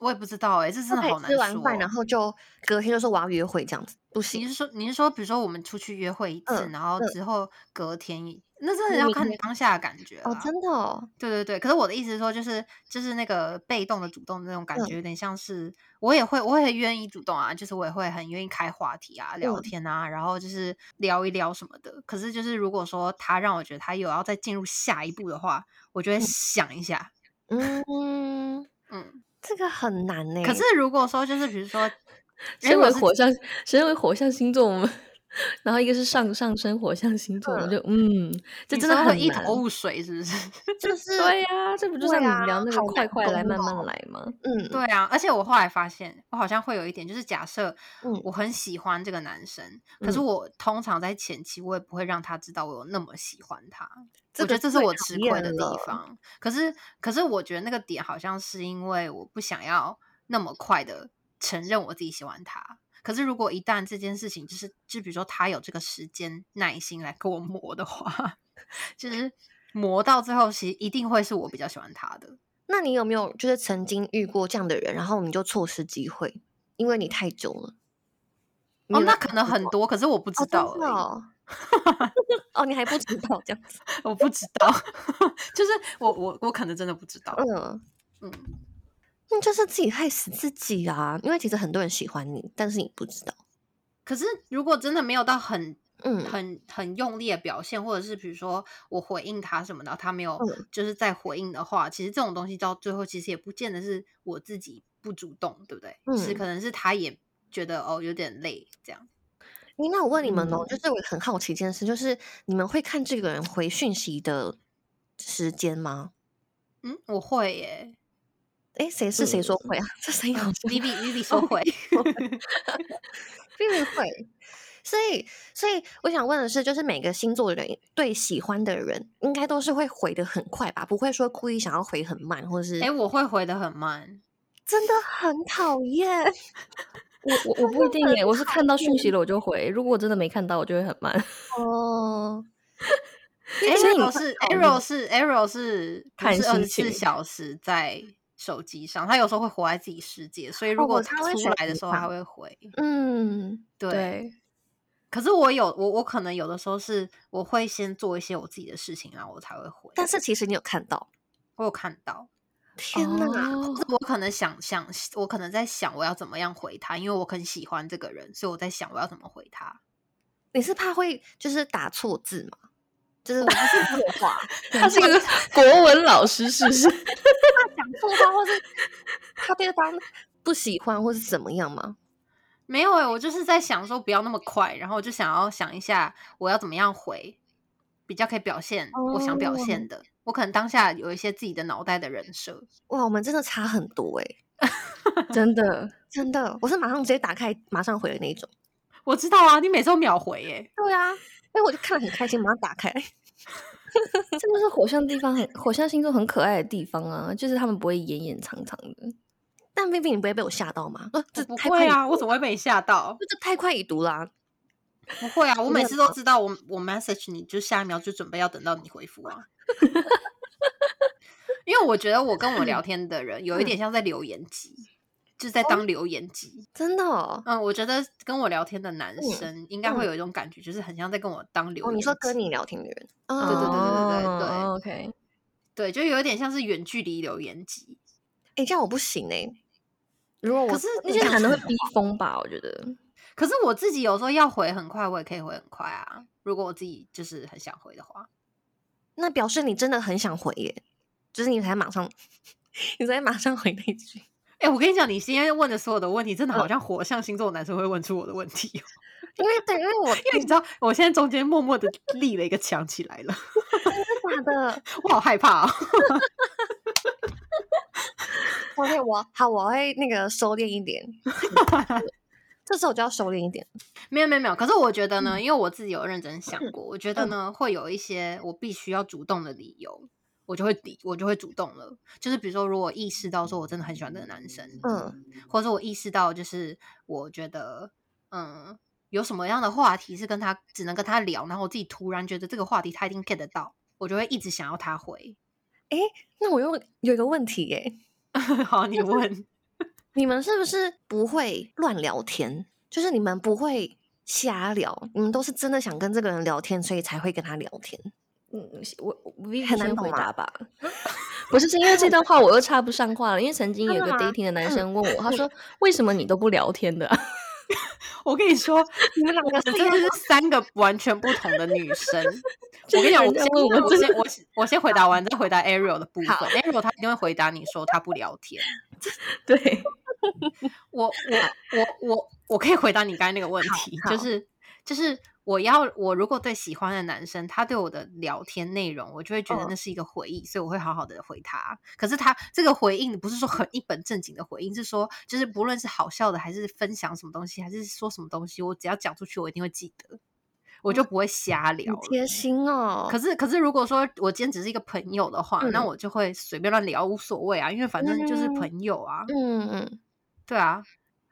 Speaker 2: 我也不知道哎、这
Speaker 1: 不
Speaker 2: 真的
Speaker 1: 可以
Speaker 2: 好难
Speaker 1: 吃完
Speaker 2: 说
Speaker 1: 饭
Speaker 2: 哦
Speaker 1: 然后就隔天就说我要约会这样子，不
Speaker 2: 你
Speaker 1: 行。
Speaker 2: 是说你是说，比如说我们出去约会一次，
Speaker 1: 嗯
Speaker 2: 然后
Speaker 1: 嗯
Speaker 2: 之后隔天一，那真的
Speaker 1: 你
Speaker 2: 要
Speaker 1: 明
Speaker 2: 看
Speaker 1: 天
Speaker 2: 当啊下的感觉
Speaker 1: 哦
Speaker 2: 啦，
Speaker 1: 真的哦，
Speaker 2: 对对对，可是我的意思是说，就是就是那个被动的主动的那种感
Speaker 1: 嗯
Speaker 2: 觉，有点像是我也会，我也愿意主动啊，就是我也会很愿意开话题啊，聊
Speaker 1: 嗯
Speaker 2: 天啊，然后就是聊一聊什么的。可是就是如果说他让我觉得他有要再进入下一步的话，我就会想一下，
Speaker 1: 嗯，
Speaker 2: 嗯。
Speaker 1: 这个很难呢、
Speaker 2: 可是如果说就是比如说，如
Speaker 3: 身
Speaker 2: 果
Speaker 3: 为
Speaker 2: 哎是
Speaker 3: 火象，身为火象星座，我们 然后一个是上上升火象星座，我们就嗯， 这
Speaker 2: 你
Speaker 3: 真的
Speaker 2: 说
Speaker 3: 很
Speaker 2: 会一
Speaker 3: 难
Speaker 2: 头雾水，是不是？
Speaker 1: 就是
Speaker 3: 对呀、这不
Speaker 1: 对
Speaker 3: 就像你
Speaker 1: 啊
Speaker 3: 聊那个
Speaker 1: 好
Speaker 3: 快
Speaker 1: 难
Speaker 3: 快来
Speaker 1: 懂
Speaker 3: 慢
Speaker 1: 哦
Speaker 3: 慢来吗？
Speaker 1: 嗯，
Speaker 2: 对啊，而且我后来发现，我好像会有一点，就是假设
Speaker 1: 嗯
Speaker 2: 我很喜欢这个男生，可是
Speaker 3: 嗯
Speaker 2: 我通常在前期我也不会让他知道我有那么喜欢他。
Speaker 1: 这
Speaker 2: 我
Speaker 1: 个
Speaker 2: 觉得这是
Speaker 1: 最
Speaker 2: 我
Speaker 1: 讨
Speaker 2: 吃亏
Speaker 1: 厌
Speaker 2: 的地
Speaker 1: 了
Speaker 2: 方。可是，可是我觉得那个点好像是因为我不想要那么快的承认我自己喜欢他。可是，如果一旦这件事情就是，就比如说他有这个时间耐心来跟我磨的话， 就是磨到最后，其实一定会是我比较喜欢他的。哦
Speaker 1: 那你有没有就是曾经遇过这样的人，然后你就错失机会，因为你太久了？你
Speaker 2: 哦，
Speaker 1: 有没
Speaker 2: 那
Speaker 1: 有
Speaker 2: 可能
Speaker 1: 遇
Speaker 2: 很
Speaker 1: 过
Speaker 2: 多，可是我不知
Speaker 1: 哦，
Speaker 2: 道
Speaker 1: 真
Speaker 2: 而
Speaker 1: 的
Speaker 2: 已。
Speaker 1: 哦，哦， 你还不知道这样子，
Speaker 2: 我不知道， 就是我我我可能真的不 知道。
Speaker 1: 嗯。
Speaker 2: 嗯，
Speaker 1: 那就是自己害死自己啊！因为其实很多人喜欢你，但是你不知道。
Speaker 2: 可是如果真的没有到很
Speaker 1: 嗯
Speaker 2: 很很用力的表现，或者是比如说我回应他什么的，他没有
Speaker 1: 嗯
Speaker 2: 就是在回应的话，其实这种东西到最后其实也不见得是我自己不主动，对不对？
Speaker 1: 嗯
Speaker 2: 是可能是他也觉得哦有点累这样。
Speaker 1: 诶那我问你们哦，
Speaker 3: 嗯
Speaker 1: 就是我很好奇一件事，就是你们会看这个人回讯息的时间吗？
Speaker 2: 嗯，我会 耶。
Speaker 1: 诶，谁 是谁说会啊？这声音好像
Speaker 2: Vivi Vivi 说会，
Speaker 1: 并不会。 所以，所以我想问的是，就是每个星座的人对喜欢的人，应该都是会回的很快吧？不会说故意想要回很慢，或者是
Speaker 2: 哎、我会回的很 慢。
Speaker 1: 真的很讨厌。
Speaker 3: 我我我不一定耶，我是看到讯息了我就回，如果我真的没看到，我就会很慢。
Speaker 1: 哦，
Speaker 3: 所以
Speaker 2: Arrow
Speaker 3: 你
Speaker 2: 是
Speaker 3: 讨厌
Speaker 2: Arrow 是 Arrow 是不
Speaker 3: 看
Speaker 2: 是二
Speaker 3: 心
Speaker 2: 十四
Speaker 3: 情
Speaker 2: 小时在手机上？他有时候会活在自己世界，所以如
Speaker 1: 哦
Speaker 2: 果
Speaker 1: 我
Speaker 2: 他
Speaker 1: 超会
Speaker 2: 出
Speaker 1: 手
Speaker 2: 来的
Speaker 1: 机
Speaker 2: 时候，
Speaker 1: 上
Speaker 2: 他会回。
Speaker 1: 嗯，
Speaker 2: 对，
Speaker 3: 对，
Speaker 2: 可是我有我我可能有的时候是我会先做一些我自己的事情，然后我才会回。
Speaker 1: 但是其实你有看到，
Speaker 2: 我有看到，
Speaker 1: 天哪！
Speaker 3: 哦
Speaker 2: 可是我可能想想，我可能在想我要怎么样回他，因为我很喜欢这个人，所以我在想我要怎么回他。
Speaker 1: 你是怕会就是打错字吗？就是我不是错 话，
Speaker 3: 他是一个国文老师，是不是？
Speaker 1: 怕讲错话，或是怕对方不喜欢，或是怎么样吗？
Speaker 2: 没有哎、我就是在想说不要那么快，然后我就想要想一下我要怎么样回，比较可以表现我想
Speaker 1: 哦
Speaker 2: 表现的。我可能当下有一些自己的脑袋的人设，
Speaker 1: 哇，我们真的差很多诶、
Speaker 3: 真的，
Speaker 1: 真的，我是马上直接打开，马上回的那一种。
Speaker 2: 我知道啊，你每次都秒回欸耶、
Speaker 1: 对啊，哎，我就看了很开心，马上打开。
Speaker 3: 这就是火象地方很火象星座很可爱的地方啊，就是他们不会掩掩藏藏的。
Speaker 1: 但冰冰，你不会被我吓到吗？呃，这
Speaker 2: 我不
Speaker 1: 太快
Speaker 2: 会啊，
Speaker 1: 已
Speaker 2: 我怎么会被你吓到？
Speaker 1: 这太快已读啦、
Speaker 2: 不会啊，我
Speaker 1: 没
Speaker 2: 每
Speaker 1: 有
Speaker 2: 次都知道我我 message 你就下一秒就准备要等到你回复啊。 因为我觉得我跟
Speaker 1: 嗯
Speaker 2: 我聊天的人有一点像在留言机，就是
Speaker 1: 哦
Speaker 2: 在当留言机。
Speaker 1: 真的哦。
Speaker 2: 嗯，我觉得跟我聊天的男
Speaker 1: 嗯
Speaker 2: 生应该会有一种感觉，就是很像在跟我当留
Speaker 1: 哦，
Speaker 2: 言
Speaker 1: 你
Speaker 2: 机、
Speaker 1: 说跟你聊天的人，
Speaker 2: 对对对
Speaker 1: 哦，
Speaker 2: 对对对
Speaker 3: 哦，OK，
Speaker 2: 对，就有点像是远距离留言机。
Speaker 1: 哎，这样我不行哎、如果我
Speaker 2: 可是
Speaker 1: 我
Speaker 2: 那
Speaker 3: 那
Speaker 1: 这
Speaker 3: 些
Speaker 1: 样
Speaker 3: 男的
Speaker 1: 子
Speaker 3: 会逼疯吧？我觉得，
Speaker 2: 可是我自己有时候要回很快，我也可以回很快啊。如果我自己就是很想回的话，
Speaker 1: 那表示你真的很想回耶，就是你才马上， 你才马上回那一句。
Speaker 2: 哎、我跟你讲，你今天问的所有的问题，真的
Speaker 1: 嗯
Speaker 2: 好像火象星座男生会问出我的问题哦、
Speaker 1: 因为对，因为我
Speaker 2: 因为你知道，我现在中间默默的立了一个墙起来了，
Speaker 1: 真的假的
Speaker 2: 我好害怕哦、
Speaker 1: ，OK，我好，我会那个收敛一 点，这时候我就要收敛一点。
Speaker 2: 没有没有没有，可是我觉得呢，因为我自己有认真想过，我觉得呢，会有一些我必须要主动的理由，我就会理我就会主动了。就是比如说，如果意识到说我真的很喜欢这个男生，
Speaker 1: 嗯
Speaker 2: 或者是我意识到就是我觉得嗯有什么样的话题是跟他只能跟他聊，然后我自己突然觉得这个话题他一定 get 得到，我就会一直想要他回。
Speaker 1: 那我又有一个问题耶，
Speaker 2: 好，你问。
Speaker 1: 你们是不是不会乱聊天？就是你们不会瞎聊，你们都是真的想跟这个人聊天，所以才会跟他聊天。
Speaker 3: 嗯，我我 Vivi
Speaker 1: 很难
Speaker 3: 先
Speaker 1: 懂
Speaker 3: 回
Speaker 1: 吗
Speaker 3: 答吧。 不是，是因为这段话我又插不上话了。因为曾经有
Speaker 1: 真
Speaker 3: 一
Speaker 1: 的
Speaker 3: 个
Speaker 1: 吗
Speaker 3: dating 的男生问我，他说：“为什么你都不聊天的啊、
Speaker 2: 我跟你说，
Speaker 1: 你们两
Speaker 2: 我们真的是三个完全不同的女生。
Speaker 3: 就
Speaker 2: 我跟你讲，
Speaker 3: 是
Speaker 2: 我
Speaker 3: 人家
Speaker 2: 先
Speaker 3: 问我
Speaker 2: 我先我先我先回答完，再回答 Ariel 的部分。
Speaker 1: 好
Speaker 2: Ariel 他一定会回答你说他不聊天。
Speaker 3: 对，
Speaker 2: 我我我我我可以回答你刚才那个问题，
Speaker 1: 好
Speaker 2: 就是就是我要我如果对喜欢的男生，他对我的聊天内容，我就会觉得
Speaker 1: 嗯
Speaker 2: 那是一个回忆，所以我会好好的回他。可是他这个回应不是说很一本正经的回应，是说就是不论是好笑的，还是分享什么东西，还是说什么东西，我只要讲出去，我一定会记得，我
Speaker 1: 哦
Speaker 2: 就不会瞎聊
Speaker 1: 好
Speaker 2: 了。
Speaker 1: 贴心哦。
Speaker 2: 可是，可是，如果说我今天只是一个朋友的话，那
Speaker 1: 嗯
Speaker 2: 我就会随便乱聊，无所谓啊，因为反正就是
Speaker 1: 嗯
Speaker 2: 朋友啊，
Speaker 1: 嗯嗯，
Speaker 2: 对啊，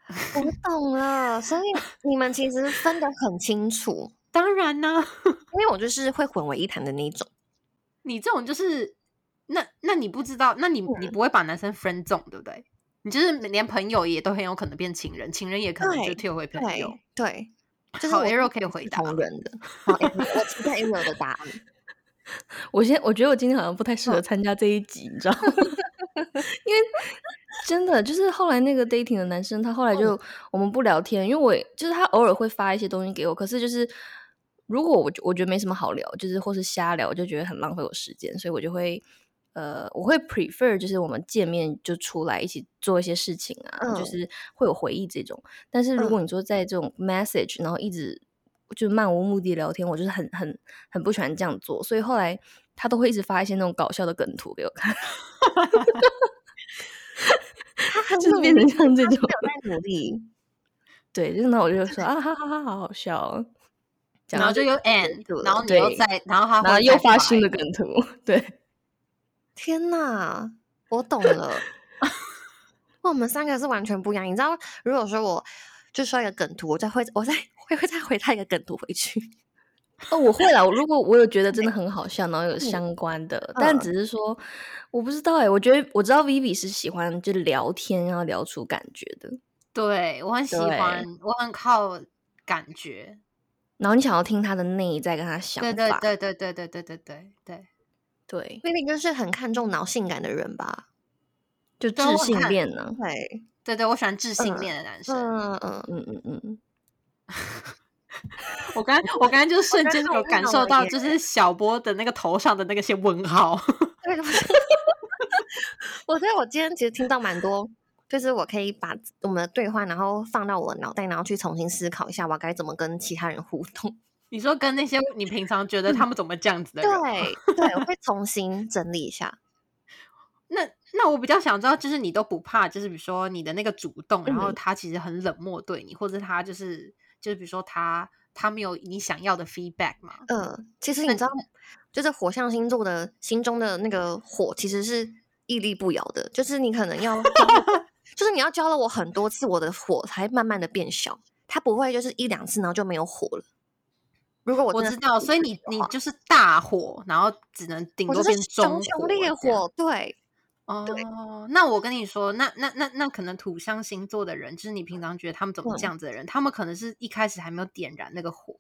Speaker 1: 我懂了。所以你们其实分得很清楚，
Speaker 2: 当然呢、
Speaker 1: 因为我就是会混为一谈的那一种。
Speaker 2: 你这种就是，那那你不知道，那你你不会把男生分纵，对不对？你就是连朋友也都很有可能变情人，情人也可能就
Speaker 1: 对
Speaker 2: 退回
Speaker 1: 对
Speaker 2: 朋友。
Speaker 1: 对，就是
Speaker 2: 好
Speaker 1: 我
Speaker 2: Ariel
Speaker 1: 是
Speaker 2: 可以回答
Speaker 1: 同人的。好，Ariel，我 期待 Ariel 的答案。
Speaker 3: 我先我觉得我今天好像不太适合参加这一集，你知道吗？ 因为真的就是后来那个 dating 的男生，他后来就我们不聊天，因为我也就是他偶尔会发一些东西给我，可是就是如果我觉我觉得没什么好聊，就是或是瞎聊，我就觉得很浪费我时间，所以我就会。呃，我会 prefer 就是我们见面就出来一起做一些事情啊，就
Speaker 1: 嗯
Speaker 3: 是会有回忆这种。但是如果你说在这种 message，然后一直就漫无目的聊天，我就是很很很不喜欢这样做，所以后来他都会一直发一些那种搞笑的梗图给我看，
Speaker 1: 他很
Speaker 3: 就是
Speaker 1: 努
Speaker 3: 变成
Speaker 1: 力
Speaker 3: 像这
Speaker 1: 他是有
Speaker 3: 种，
Speaker 1: 在努力。
Speaker 3: 对，就是那我就说啊哈哈哈，好好笑、哦，这
Speaker 2: 然
Speaker 3: 样
Speaker 2: 后就又 end，
Speaker 1: 结束
Speaker 2: 然
Speaker 1: 了
Speaker 2: 后你又
Speaker 3: 对
Speaker 2: 再，然后他
Speaker 3: 然后
Speaker 2: 会
Speaker 3: 又
Speaker 2: 再
Speaker 3: 发新
Speaker 2: 一
Speaker 3: 的
Speaker 2: 个
Speaker 3: 梗图， 对，
Speaker 1: 天呐，我懂了。哇我们三个是完全不一样。你知道，如果说我就说一个梗图，我再会，我再会会再回他一个梗图回去。
Speaker 3: 哦，我会啦。如果我有觉得真的很好笑，然
Speaker 2: 嗯
Speaker 3: 后有相关的，但
Speaker 1: 嗯
Speaker 3: 只是说我不知道哎、我觉得我知道 Vivi 是喜欢就聊天，然后聊出感觉的，
Speaker 2: 对我很喜
Speaker 3: 对
Speaker 2: 欢，我很靠感觉。
Speaker 3: 然后你想要听他的内在跟他想
Speaker 2: 对
Speaker 3: 法，
Speaker 2: 对对对对对对对对对，
Speaker 3: 对
Speaker 1: 因为你就是很看重脑性感的人吧？
Speaker 3: 就
Speaker 2: 对我
Speaker 3: 自
Speaker 2: 很
Speaker 3: 信
Speaker 2: 看
Speaker 3: 恋啊呢、
Speaker 1: 对，
Speaker 2: 对对，我喜欢自信
Speaker 1: 嗯
Speaker 2: 恋的男生。
Speaker 1: 嗯嗯，
Speaker 3: 嗯嗯嗯，
Speaker 2: 我刚我刚刚就瞬
Speaker 1: 刚
Speaker 2: 间
Speaker 1: 才
Speaker 2: 有
Speaker 1: 看
Speaker 2: 感
Speaker 1: 到
Speaker 2: 受
Speaker 1: 了
Speaker 2: 到，
Speaker 1: 耶
Speaker 2: 就是小波的那个头上的那个些问号。
Speaker 1: 对。我 我觉得我今天其实听到蛮多，就是我可以把我们的对话，然后放到我的脑袋，然后去重新思考一下，我该怎么跟其他人互动。
Speaker 2: 你说跟那些你平常觉
Speaker 3: 嗯
Speaker 2: 得他们怎么这样子的
Speaker 1: 对
Speaker 2: 人吗，
Speaker 1: 对，我会重新整理一下。
Speaker 2: 那那我比较想知道，就是你都不怕，就是比如说你的那个主动，然后
Speaker 1: 嗯
Speaker 2: 他其实很冷漠对你，或者他就是就是比如说他他没有你想要的 feedback 嘛？
Speaker 1: 呃，其实你
Speaker 2: 那
Speaker 1: 知道，就是火象星座的心中的那个火，其实是屹立不摇的。就是你可能要浇了，就是你要教了我很多次，我的火才慢慢的变小，它不会就是一两次然后就没有火了。如果我
Speaker 2: 我
Speaker 1: 真的
Speaker 2: 知道，所以你你就是大火，然后只能顶
Speaker 1: 我
Speaker 2: 多
Speaker 1: 就
Speaker 2: 变
Speaker 1: 是熊
Speaker 2: 中
Speaker 1: 熊烈
Speaker 2: 这样
Speaker 1: 火，对，
Speaker 2: 哦，那我跟你说，那那那那可能土象星座的人，就是你平常觉得他们怎么这
Speaker 1: 嗯
Speaker 2: 样子的人，他们可能是一开始还没有点燃那个火，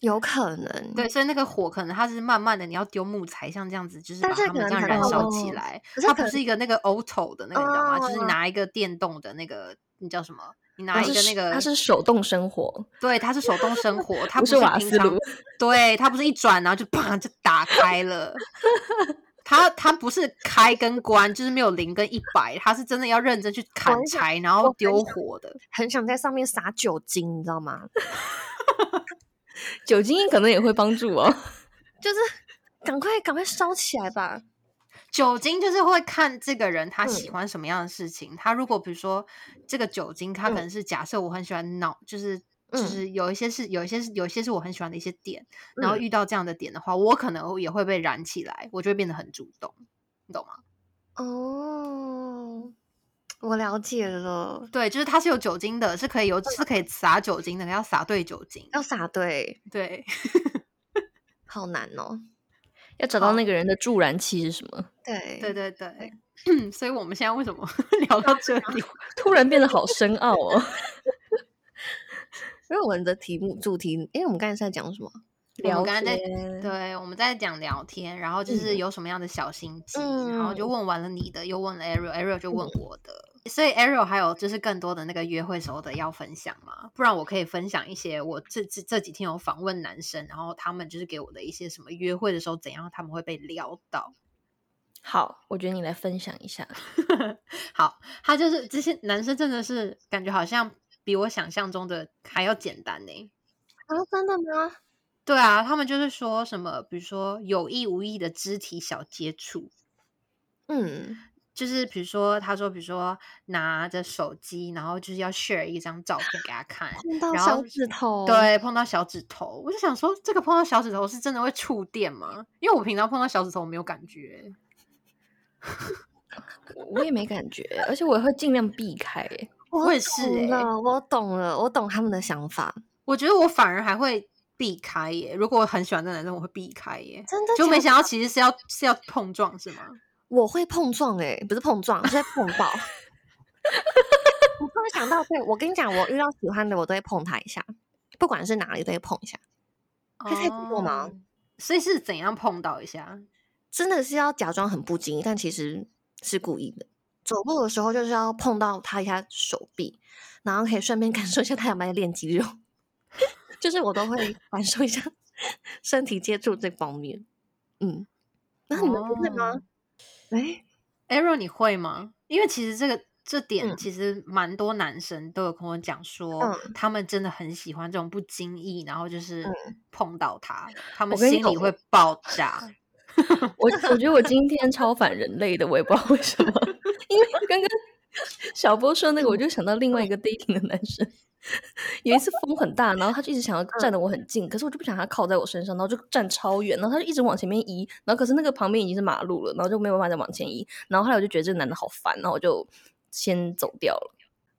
Speaker 1: 有可能。
Speaker 2: 对，所以那个火可能它是慢慢的，你要丢木材，像这样子，就是
Speaker 1: 但
Speaker 2: 把
Speaker 1: 是
Speaker 2: 它们
Speaker 1: 可
Speaker 2: 这
Speaker 1: 能
Speaker 2: 样
Speaker 1: 可
Speaker 2: 燃
Speaker 1: 能
Speaker 2: 烧起
Speaker 1: 哦
Speaker 2: 来。
Speaker 1: 可是
Speaker 2: 它
Speaker 1: 可
Speaker 2: 不是
Speaker 1: 能
Speaker 2: 一个那个 auto 的那个，你知道吗？就是
Speaker 1: 哦
Speaker 2: 拿一个电动的那个，你叫什么？你拿
Speaker 3: 它
Speaker 2: 一
Speaker 3: 是
Speaker 2: 个
Speaker 3: 手
Speaker 2: 那个，
Speaker 3: 它是手动生活，
Speaker 2: 对，它是手动生火，它
Speaker 3: 不
Speaker 2: 不
Speaker 3: 是瓦
Speaker 2: 平
Speaker 3: 斯
Speaker 2: 常
Speaker 3: 炉，
Speaker 2: 对，它不是一转然后就啪就打开 了。它它不是开跟关，就是没有零跟一百，它是真的要认真去砍
Speaker 1: 很想
Speaker 2: 柴，然
Speaker 1: 我
Speaker 2: 后
Speaker 1: 很
Speaker 2: 丢
Speaker 1: 想
Speaker 2: 火的。
Speaker 1: 很想在上面撒酒精，你知道吗？
Speaker 3: 酒精可能也会帮助 哦。
Speaker 1: 就是 赶快赶快烧起来吧。
Speaker 2: 酒精就是会看这个人他
Speaker 1: 嗯
Speaker 2: 喜欢什么样的事情。他如果比如说这个酒精，他
Speaker 1: 嗯
Speaker 2: 可能是假设我很喜欢脑，就是就
Speaker 1: 嗯
Speaker 2: 是有一些是有一些是有一些是我很喜欢的一些点，然后
Speaker 1: 嗯
Speaker 2: 遇到这样的点的话，我可能也会被燃起来，我就会变得很主动，你懂吗？
Speaker 1: 哦，我了解了，
Speaker 2: 对，就是它是有酒精的，是可以有是
Speaker 1: 嗯
Speaker 2: 可以撒酒精的，要撒对酒精。
Speaker 1: 要撒对，
Speaker 2: 对，
Speaker 1: 好难哦。哦
Speaker 3: 要找到
Speaker 2: 好
Speaker 3: 那个人的助燃器是什么？
Speaker 1: 对
Speaker 2: 对对对。 所以我们现在为什么 聊到这里？
Speaker 3: 突然变得好深奥 哦。
Speaker 1: 因为我们的题目主题，哎，我们刚才是在讲什么？
Speaker 2: 我
Speaker 3: 聊
Speaker 2: 们刚才在
Speaker 3: 天嗯
Speaker 2: 对，我们在讲聊天，然后就是有什么样的小心机，然后就
Speaker 1: 嗯
Speaker 2: 问完了你的，又问了 Ariel，Ariel 就
Speaker 3: 嗯
Speaker 2: 问我的。所以 Ariel 还有就是更多的那个约会时候的要分享嘛，不然我可以分享一些我这这这几天有访问男生，然后他们就是给我的一些什么约会的时候怎样他们会被撩到。
Speaker 3: 好，我觉得你来分享一下。
Speaker 2: 好，他就是这些男生真的是感觉好像比我想象中的还要简单呢、
Speaker 1: 啊，真的吗？
Speaker 2: 对啊，他们就是说什么，比如说有意无意的肢体小接触，
Speaker 1: 嗯，
Speaker 2: 就是比如说，他说，比如说拿着手机，然后就是要 share 一张照片 给他看，
Speaker 1: 碰到
Speaker 2: 然
Speaker 1: 小
Speaker 2: 后
Speaker 1: 指头，，
Speaker 2: 对，碰到小指头，我就想说，这个碰到小指头是真的会触电吗？因为我平常碰到小指头我没有感觉，欸
Speaker 3: 我也没感觉，而且我会尽量避开欸。
Speaker 2: 我也是
Speaker 1: 懂
Speaker 2: 欸
Speaker 1: 了，我懂了，我懂他们的想法，
Speaker 2: 我觉得我反而还会避开耶。如果我很喜欢这男生，我会避开耶。
Speaker 1: 真的
Speaker 2: 就没
Speaker 1: 假的
Speaker 2: 想到其实是要是要碰撞是吗？
Speaker 1: 我会碰撞哎、不是碰撞，是会碰到。我突然想到，对我跟你讲，我遇到喜欢的，我都会碰他一下，不管是哪里都会碰一下。可以太多了吗
Speaker 2: 哦？所以是怎样碰到一下？
Speaker 1: 真的是要假装很不经意，但其实是故意的。走路的时候就是要碰到他一下手臂，然后可以顺便感受一下他有没有在练肌肉， 就是我都会感受一下身体接触这方面。嗯，那你们不会吗
Speaker 2: 哦？
Speaker 1: 哎、
Speaker 2: Arrow，你会吗？因为其实这个这点
Speaker 1: 嗯
Speaker 2: 其实蛮多男生都有跟我讲说，
Speaker 1: 嗯
Speaker 2: 他们真的很喜欢这种不经意，然后就是
Speaker 1: 嗯
Speaker 2: 碰到他，他们
Speaker 3: 我跟你
Speaker 2: 心里
Speaker 3: 讲
Speaker 2: 会爆 炸。
Speaker 3: 我我觉得我今天超反人类的，我也不知道为什么，因为刚刚小波说那个，我就想到另外一个 dating 的男生，有一次风很大，然后他就一直想要站得我很近，可是我就不想他靠在我身上，然后就站超远，然后他就一直往前面移，然后可是那个旁边已经是马路了，然后就没有办法再往前移，然后后来我就觉得这个男的好烦，然后我就先走掉了，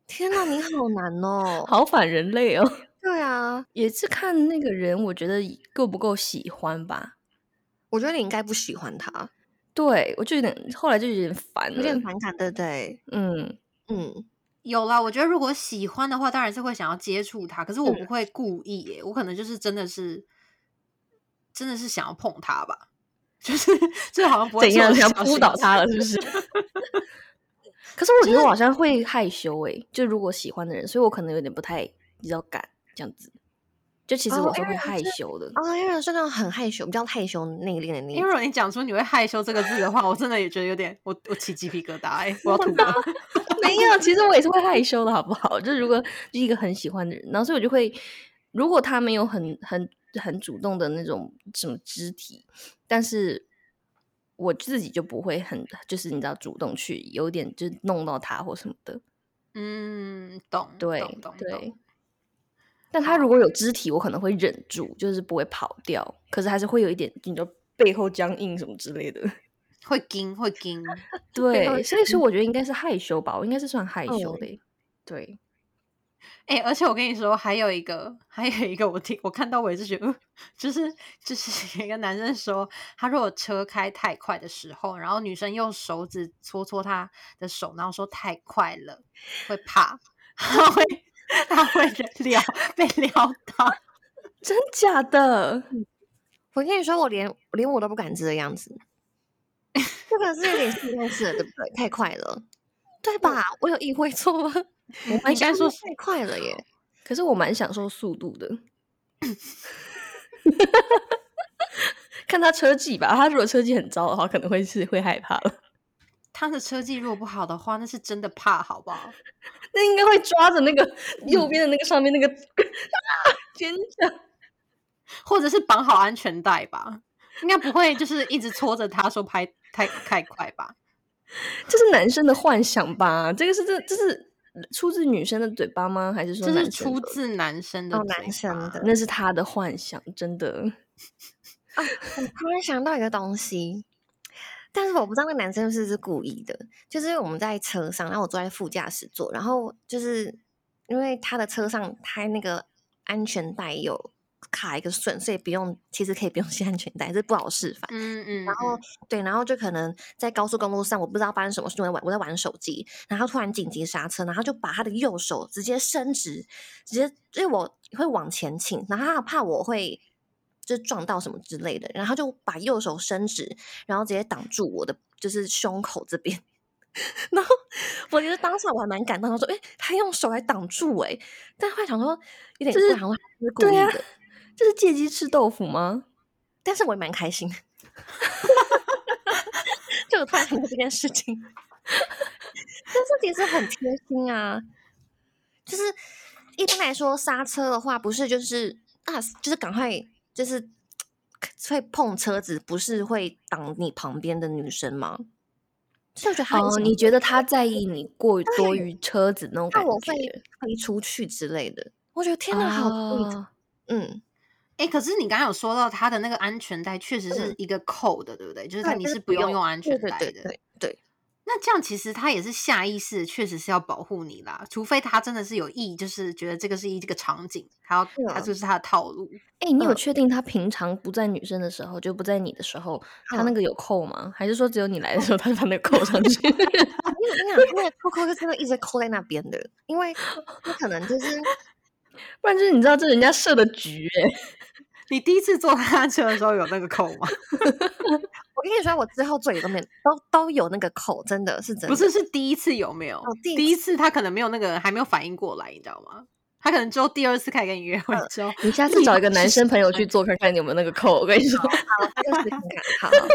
Speaker 1: 天哪，你好难哦！
Speaker 3: 好反人类哦。
Speaker 1: 对啊，
Speaker 3: 也是看那个人，我觉得够不够喜欢吧。
Speaker 1: 我觉得你应该不喜欢他，
Speaker 3: 对我就有点，后来就有点烦了，
Speaker 1: 有点反感，对不对？
Speaker 3: 嗯。
Speaker 1: 嗯，
Speaker 2: 有啦，我觉得如果喜欢的话，当然是会想要接触他，可是我不
Speaker 3: 嗯
Speaker 2: 会故意耶、我可能就是真的是真的是想要碰他吧， 就是就好像不会
Speaker 3: 怎样
Speaker 2: 做
Speaker 3: 想
Speaker 2: 小
Speaker 3: 扑
Speaker 2: 心
Speaker 3: 倒
Speaker 2: 机
Speaker 3: 他了， 是不是？可是我觉得我好像会害羞诶、就如果喜欢的人，所以我可能有点不太比较敢这样子。就其实
Speaker 1: 哦
Speaker 3: 我是哦
Speaker 1: 因为
Speaker 3: 会
Speaker 1: 你
Speaker 3: 害
Speaker 1: 是
Speaker 3: 羞 的，
Speaker 1: 啊，因为是那种很害羞，比较害羞内敛的那一
Speaker 2: 因为
Speaker 1: 种
Speaker 2: 如果你讲出你会害羞这个字的话，我真的也觉得有点，我我起鸡皮疙瘩、哎， 我要吐了。
Speaker 3: 没有，其实我也是会害羞的，好不好？ 就是如果就是一个很喜欢的人，然后所以我就会，如果他没有很很很主动的那种什么肢体，但是我自己就不会很就是你知道主动去有点就弄到他或什么的，
Speaker 2: 嗯，懂，
Speaker 3: 对
Speaker 2: 懂，懂，
Speaker 3: 对
Speaker 2: 懂。。
Speaker 3: 但他如果有肢体，我可能会忍住，就是不会跑掉，可是还是会有一点，你就背后僵硬什么之类的。
Speaker 2: 会惊，会惊。
Speaker 3: 对，所以说我觉得应该是害羞吧，我应该是算害羞
Speaker 1: 嗯
Speaker 3: 的耶。对，
Speaker 2: 哎、而且我跟你说，还有一个，还有一个，我听我看到我也是觉得，嗯 就是就是有一个男生说，他如果车开太快的时候，然后女生用手指搓搓他的手，然后说太快了，会怕， 他会他会 撩被撩到。
Speaker 3: 真假的？
Speaker 1: 我跟你说，我连连我都不敢这样 子，这个是有点性暗示了，对不对？太快了，对吧？我有意会错吗？
Speaker 3: 我
Speaker 2: 应
Speaker 3: 蛮
Speaker 2: 该
Speaker 3: 想
Speaker 2: 说
Speaker 3: 说，
Speaker 2: 是
Speaker 1: 太快了耶！
Speaker 3: 可是我蛮享受速度 的。看他车技吧，他如果车技很糟的话，可能会是会害怕了。
Speaker 2: 他的车技如果不好的话，那是真的怕，好不好？
Speaker 3: 那应该会抓着那个右边的那个上面那个啊尖叫。
Speaker 2: 或者是绑好安全带吧，应该不会就是一直戳着他说拍太太快吧？
Speaker 3: 这是男生的幻想吧？这个是这这是出自女生的嘴巴吗？还是说
Speaker 2: 这是
Speaker 3: 男生
Speaker 2: 出
Speaker 3: 的
Speaker 2: 自男生的
Speaker 1: 哦，
Speaker 2: 嘴巴、
Speaker 1: 男生的。
Speaker 3: 那是他的幻想，真的。
Speaker 1: 我突然想到一个东西，但是我不知道那个男生是不是故意的，就是我们在车上，然后我坐在副驾驶座，然后就是因为他的车上他那个安全带有卡一个顺，所以不用，其实可以不用系安全带，这不好示范。
Speaker 2: 嗯嗯，
Speaker 1: 然后对，然后就可能在高速公路上，我不知道发生什么事，我在玩我在玩手机，然后突然紧急刹车，然后就把他的右手直接伸直，直接因为我会往前倾，然后他怕我会就撞到什么之类的，然后就把右手伸直，然后直接挡住我的就是胸口这边。 然后我觉得当下我还蛮感动，他说：“哎、他用手来挡住哎、但后来想说有点
Speaker 3: 就
Speaker 1: 怪，
Speaker 3: 是
Speaker 1: 然后他是故意
Speaker 3: 对啊
Speaker 1: 的，，
Speaker 3: 这是借机吃豆腐吗？
Speaker 1: 但是我也蛮开心的。 就我突然想到这件事情，但是其实很贴心啊。就是一般来说刹车的话，不是就是啊，就是赶快就是会碰车子，不是会挡你旁边的女生吗？所以我觉得他很
Speaker 3: 哦，
Speaker 1: 想
Speaker 3: 你觉得他在意你过多于车子那种
Speaker 1: 那
Speaker 3: 感
Speaker 1: 我
Speaker 3: 觉
Speaker 1: 会？飞出去之类的。我觉得天哪，好故意的，
Speaker 3: 啊
Speaker 1: 嗯，
Speaker 2: 哎、可是你刚刚有说到它的那个安全带确实
Speaker 1: 嗯
Speaker 2: 是一个扣的，对不对？就是它
Speaker 1: 对
Speaker 2: 你
Speaker 1: 但
Speaker 2: 是不用用安全
Speaker 1: 对
Speaker 2: 带的。
Speaker 1: 对对对对，
Speaker 2: 那这样其实它也是下意识，确实是要保护你啦，除非他真的是有意，就是觉得这个是一这个场景，他要
Speaker 1: 对啊
Speaker 2: 他就是他的套路。
Speaker 3: 哎、你有
Speaker 1: 嗯
Speaker 3: 确定他平常不在女生的时候，就不在你的时候，他那
Speaker 1: 嗯
Speaker 3: 个有扣吗？还是说只有你来的时候，他把那个扣上去？
Speaker 1: 因为我跟你讲，那个扣扣是真的一直扣在那边的，因为他可能就是
Speaker 3: 不然就是你知道这人家设的局、欸，
Speaker 2: 你第一次坐他的车的时候有那个扣吗？
Speaker 1: 我跟你说，我之后做也都没都都有那个扣，真的是真的
Speaker 2: 不是，是第一次有没有？
Speaker 1: 哦第
Speaker 2: 第
Speaker 1: 一
Speaker 2: 一次他可能没有那个，还没有反应过来，你知道吗？他可能只有第二次开始跟你约会之后，
Speaker 3: 你下次找一个男生朋友去做看看有没有那个扣。我跟你说，
Speaker 1: 真的是很感好好好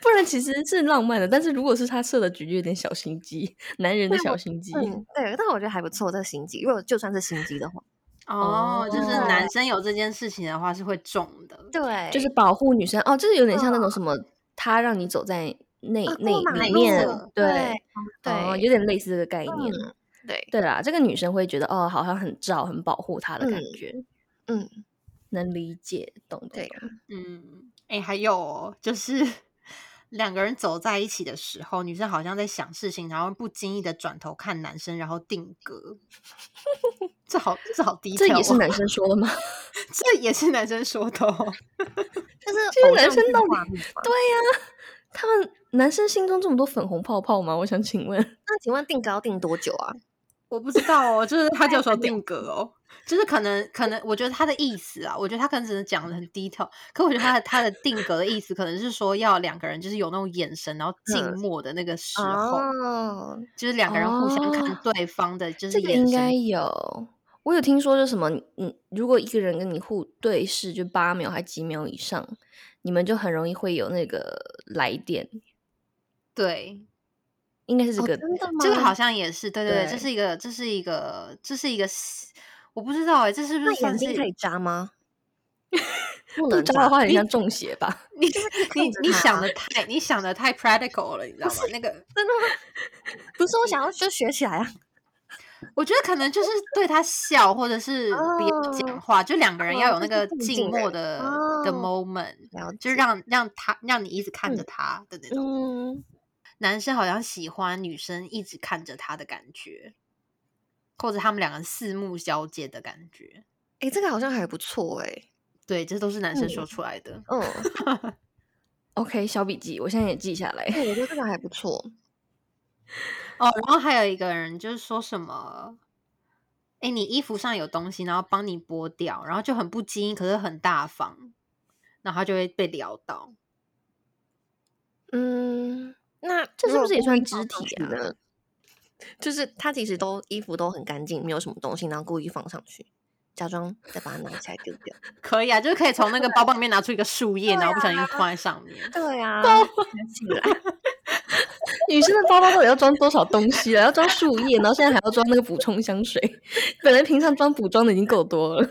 Speaker 3: 不然其实是浪漫的，但是如果是他设的局，就有点小心机，男人的
Speaker 1: 对
Speaker 3: 小
Speaker 1: 我
Speaker 3: 心机。
Speaker 1: 嗯，对，但我觉得还不错，这个心机，如果就算是心机的话，
Speaker 2: 哦，就是
Speaker 3: 哦
Speaker 2: 男生有这件事情的话是会中的。
Speaker 1: 对，
Speaker 3: 就是保护女生哦，就是有点像那种什么，他让你走在内
Speaker 1: 嗯啊
Speaker 3: 内
Speaker 1: 过马
Speaker 3: 里
Speaker 1: 路
Speaker 3: 面
Speaker 1: 的，
Speaker 3: 对
Speaker 1: 对
Speaker 3: 哦，有点类似这个概念。
Speaker 1: 嗯，对，
Speaker 3: 对啦，这个女生会觉得哦，好像很照、很保护她的感
Speaker 1: 嗯
Speaker 3: 觉，
Speaker 1: 嗯，
Speaker 3: 能理解，懂懂
Speaker 1: 对啊
Speaker 3: 懂。
Speaker 2: 嗯，哎、还有哦，就是 两个人走在一起的时候，女生好像在想事情，然后不经意的转头看男生，然后定格。 这好，这好低
Speaker 3: 这
Speaker 2: 调、
Speaker 3: 也是
Speaker 2: 哦，
Speaker 3: 男生说的吗？
Speaker 2: 这也是男生说的、哦。
Speaker 1: 就是
Speaker 3: 这些
Speaker 1: 偶
Speaker 3: 男
Speaker 1: 像
Speaker 3: 生
Speaker 1: 剧
Speaker 3: 到
Speaker 1: 画
Speaker 3: 底
Speaker 1: 面嘛
Speaker 3: 对呀、他们男生心中这么多粉红泡泡吗？我想请问，
Speaker 1: 那请问定格要定多久啊？
Speaker 2: 我不知道哦，就是他就说定格哦，就是可能可能，我觉得他的意思啊，我觉得他可能只是讲的很低调，可我觉得他的他的定格的意思可能是说要两个人就是有那种眼神，然后静
Speaker 1: 嗯
Speaker 2: 默的那个时候，
Speaker 1: 哦，
Speaker 2: 就是两个人互相看
Speaker 3: 哦
Speaker 2: 对方的，就是
Speaker 3: 这个
Speaker 2: 眼神
Speaker 3: 应该有。我有听说，就什么，嗯，如果一个人跟你互对视，就八秒还几秒以上，你们就很容易会有那个来电，
Speaker 2: 对，
Speaker 3: 应该是这
Speaker 1: 哦
Speaker 3: 个。
Speaker 1: 真的吗？
Speaker 2: 这个好像也是，对对对，
Speaker 3: 对
Speaker 2: 这是一个，这是一个，这是一个细，我不知道哎、这是不
Speaker 1: 那
Speaker 2: 是算
Speaker 1: 眼
Speaker 2: 是
Speaker 1: 睛可以扎吗？不
Speaker 3: 不
Speaker 1: 能
Speaker 3: 扎的
Speaker 1: 扎，
Speaker 3: 话，很像中邪吧？
Speaker 2: 你
Speaker 1: 看
Speaker 2: 你
Speaker 1: 着
Speaker 2: 你
Speaker 1: 他
Speaker 2: 想的太你想的太 practical 了，你知道吗？那个，
Speaker 1: 真的吗？不是，我想要就学起来啊。
Speaker 2: 我觉得可能就是对他笑，或者是不要讲
Speaker 1: 哦
Speaker 2: 话，就两个人要
Speaker 1: 哦
Speaker 2: 有那
Speaker 1: 就是
Speaker 2: 个
Speaker 1: 静
Speaker 2: 静
Speaker 1: 静
Speaker 2: 默
Speaker 1: 而已
Speaker 2: 的的
Speaker 1: 哦
Speaker 2: moment，
Speaker 1: 了
Speaker 2: 就
Speaker 1: 解
Speaker 2: 是让让他让你一直看着他的那种。
Speaker 1: 嗯，
Speaker 2: 男生好像喜欢女生一直看着他的感觉，或者他们两个人四目交接的感觉。
Speaker 1: 哎、这个好像还不错哎、
Speaker 2: 对，这都是男生
Speaker 1: 嗯
Speaker 2: 说出来的。
Speaker 1: 嗯，
Speaker 3: OK，小笔记，我现在也记下来。
Speaker 1: 对，我觉得这个还不错。
Speaker 2: 哦，然后还有一个人就是说什么，哎，你衣服上有东西，然后帮你剥掉，然后就很不经意，可是很大方，然后他就会被撩到。
Speaker 1: 嗯，那
Speaker 3: 这是
Speaker 1: 如
Speaker 3: 不
Speaker 1: 果
Speaker 3: 是也
Speaker 1: 故
Speaker 3: 算
Speaker 1: 意放
Speaker 3: 肢
Speaker 1: 上
Speaker 3: 体
Speaker 1: 去
Speaker 3: 啊
Speaker 1: 呢？就是他其实都衣服都很干净，没有什么东西，然后故意放上去，假装再把它拿起来丢掉。
Speaker 2: 可以啊，就是可以从那个包包里面拿出一个树叶，然后不小心
Speaker 1: 啊
Speaker 2: 放在上面。
Speaker 1: 对啊，起来，
Speaker 3: 女生的包包到底要装多少东西啊？要装树叶，然后现在还要装那个补充香水。 本来平常装补妆的已经够多了。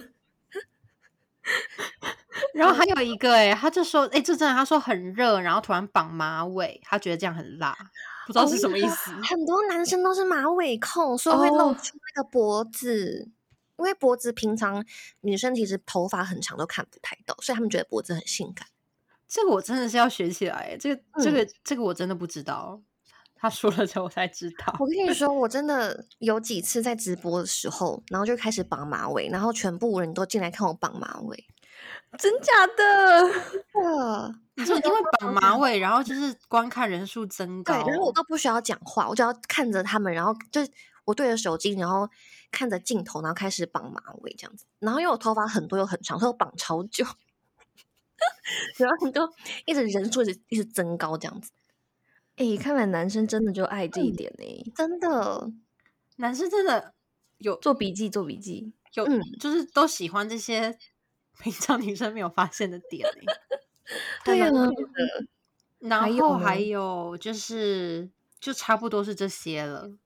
Speaker 2: 然后还有一个哎、他就说哎，这真的，他说很热，然后突然绑马尾，他觉得这样很辣，不知道
Speaker 1: 哦
Speaker 2: 是什么意思。
Speaker 1: 很多男生都是马尾控，所以会露
Speaker 3: 哦
Speaker 1: 出那个脖子。因为脖子平常女生其实头发很长都看不太到，所以他们觉得脖子很性感。嗯
Speaker 2: 这个我真的是要学起来欸，这个这个、这个我真的不知道。他说了之后我才知道。
Speaker 1: 我跟你说，我真的有几次在直播的时候，然后就开始绑马尾，然后全部人都进来看我绑马尾。
Speaker 3: 真假的？
Speaker 1: 哇！
Speaker 2: 你说因为绑马尾，然后就是观看人数增
Speaker 1: 对
Speaker 2: 高，，
Speaker 1: 然后我都不需要讲话，我只要看着他们，然后就我对着手机，然后看着镜头，然后开始绑马尾这样子。然后因为我头发很多又很长，所以我绑超久， 然后你就一直人数一直一直增高这样子，
Speaker 3: 哎、看来男生真的就爱这一
Speaker 1: 嗯
Speaker 3: 点呢、
Speaker 1: 真的
Speaker 2: 男生真的有
Speaker 3: 做笔记，做笔记。
Speaker 2: 有、
Speaker 1: 嗯
Speaker 2: 就是都喜欢这些平常女生没有发现的点欸、
Speaker 3: 对
Speaker 1: 呀、
Speaker 3: 呀、
Speaker 1: 啊，
Speaker 2: 然
Speaker 3: 还有
Speaker 2: 后还
Speaker 3: 呢
Speaker 2: 有就是，就差不多是这些了。
Speaker 3: 嗯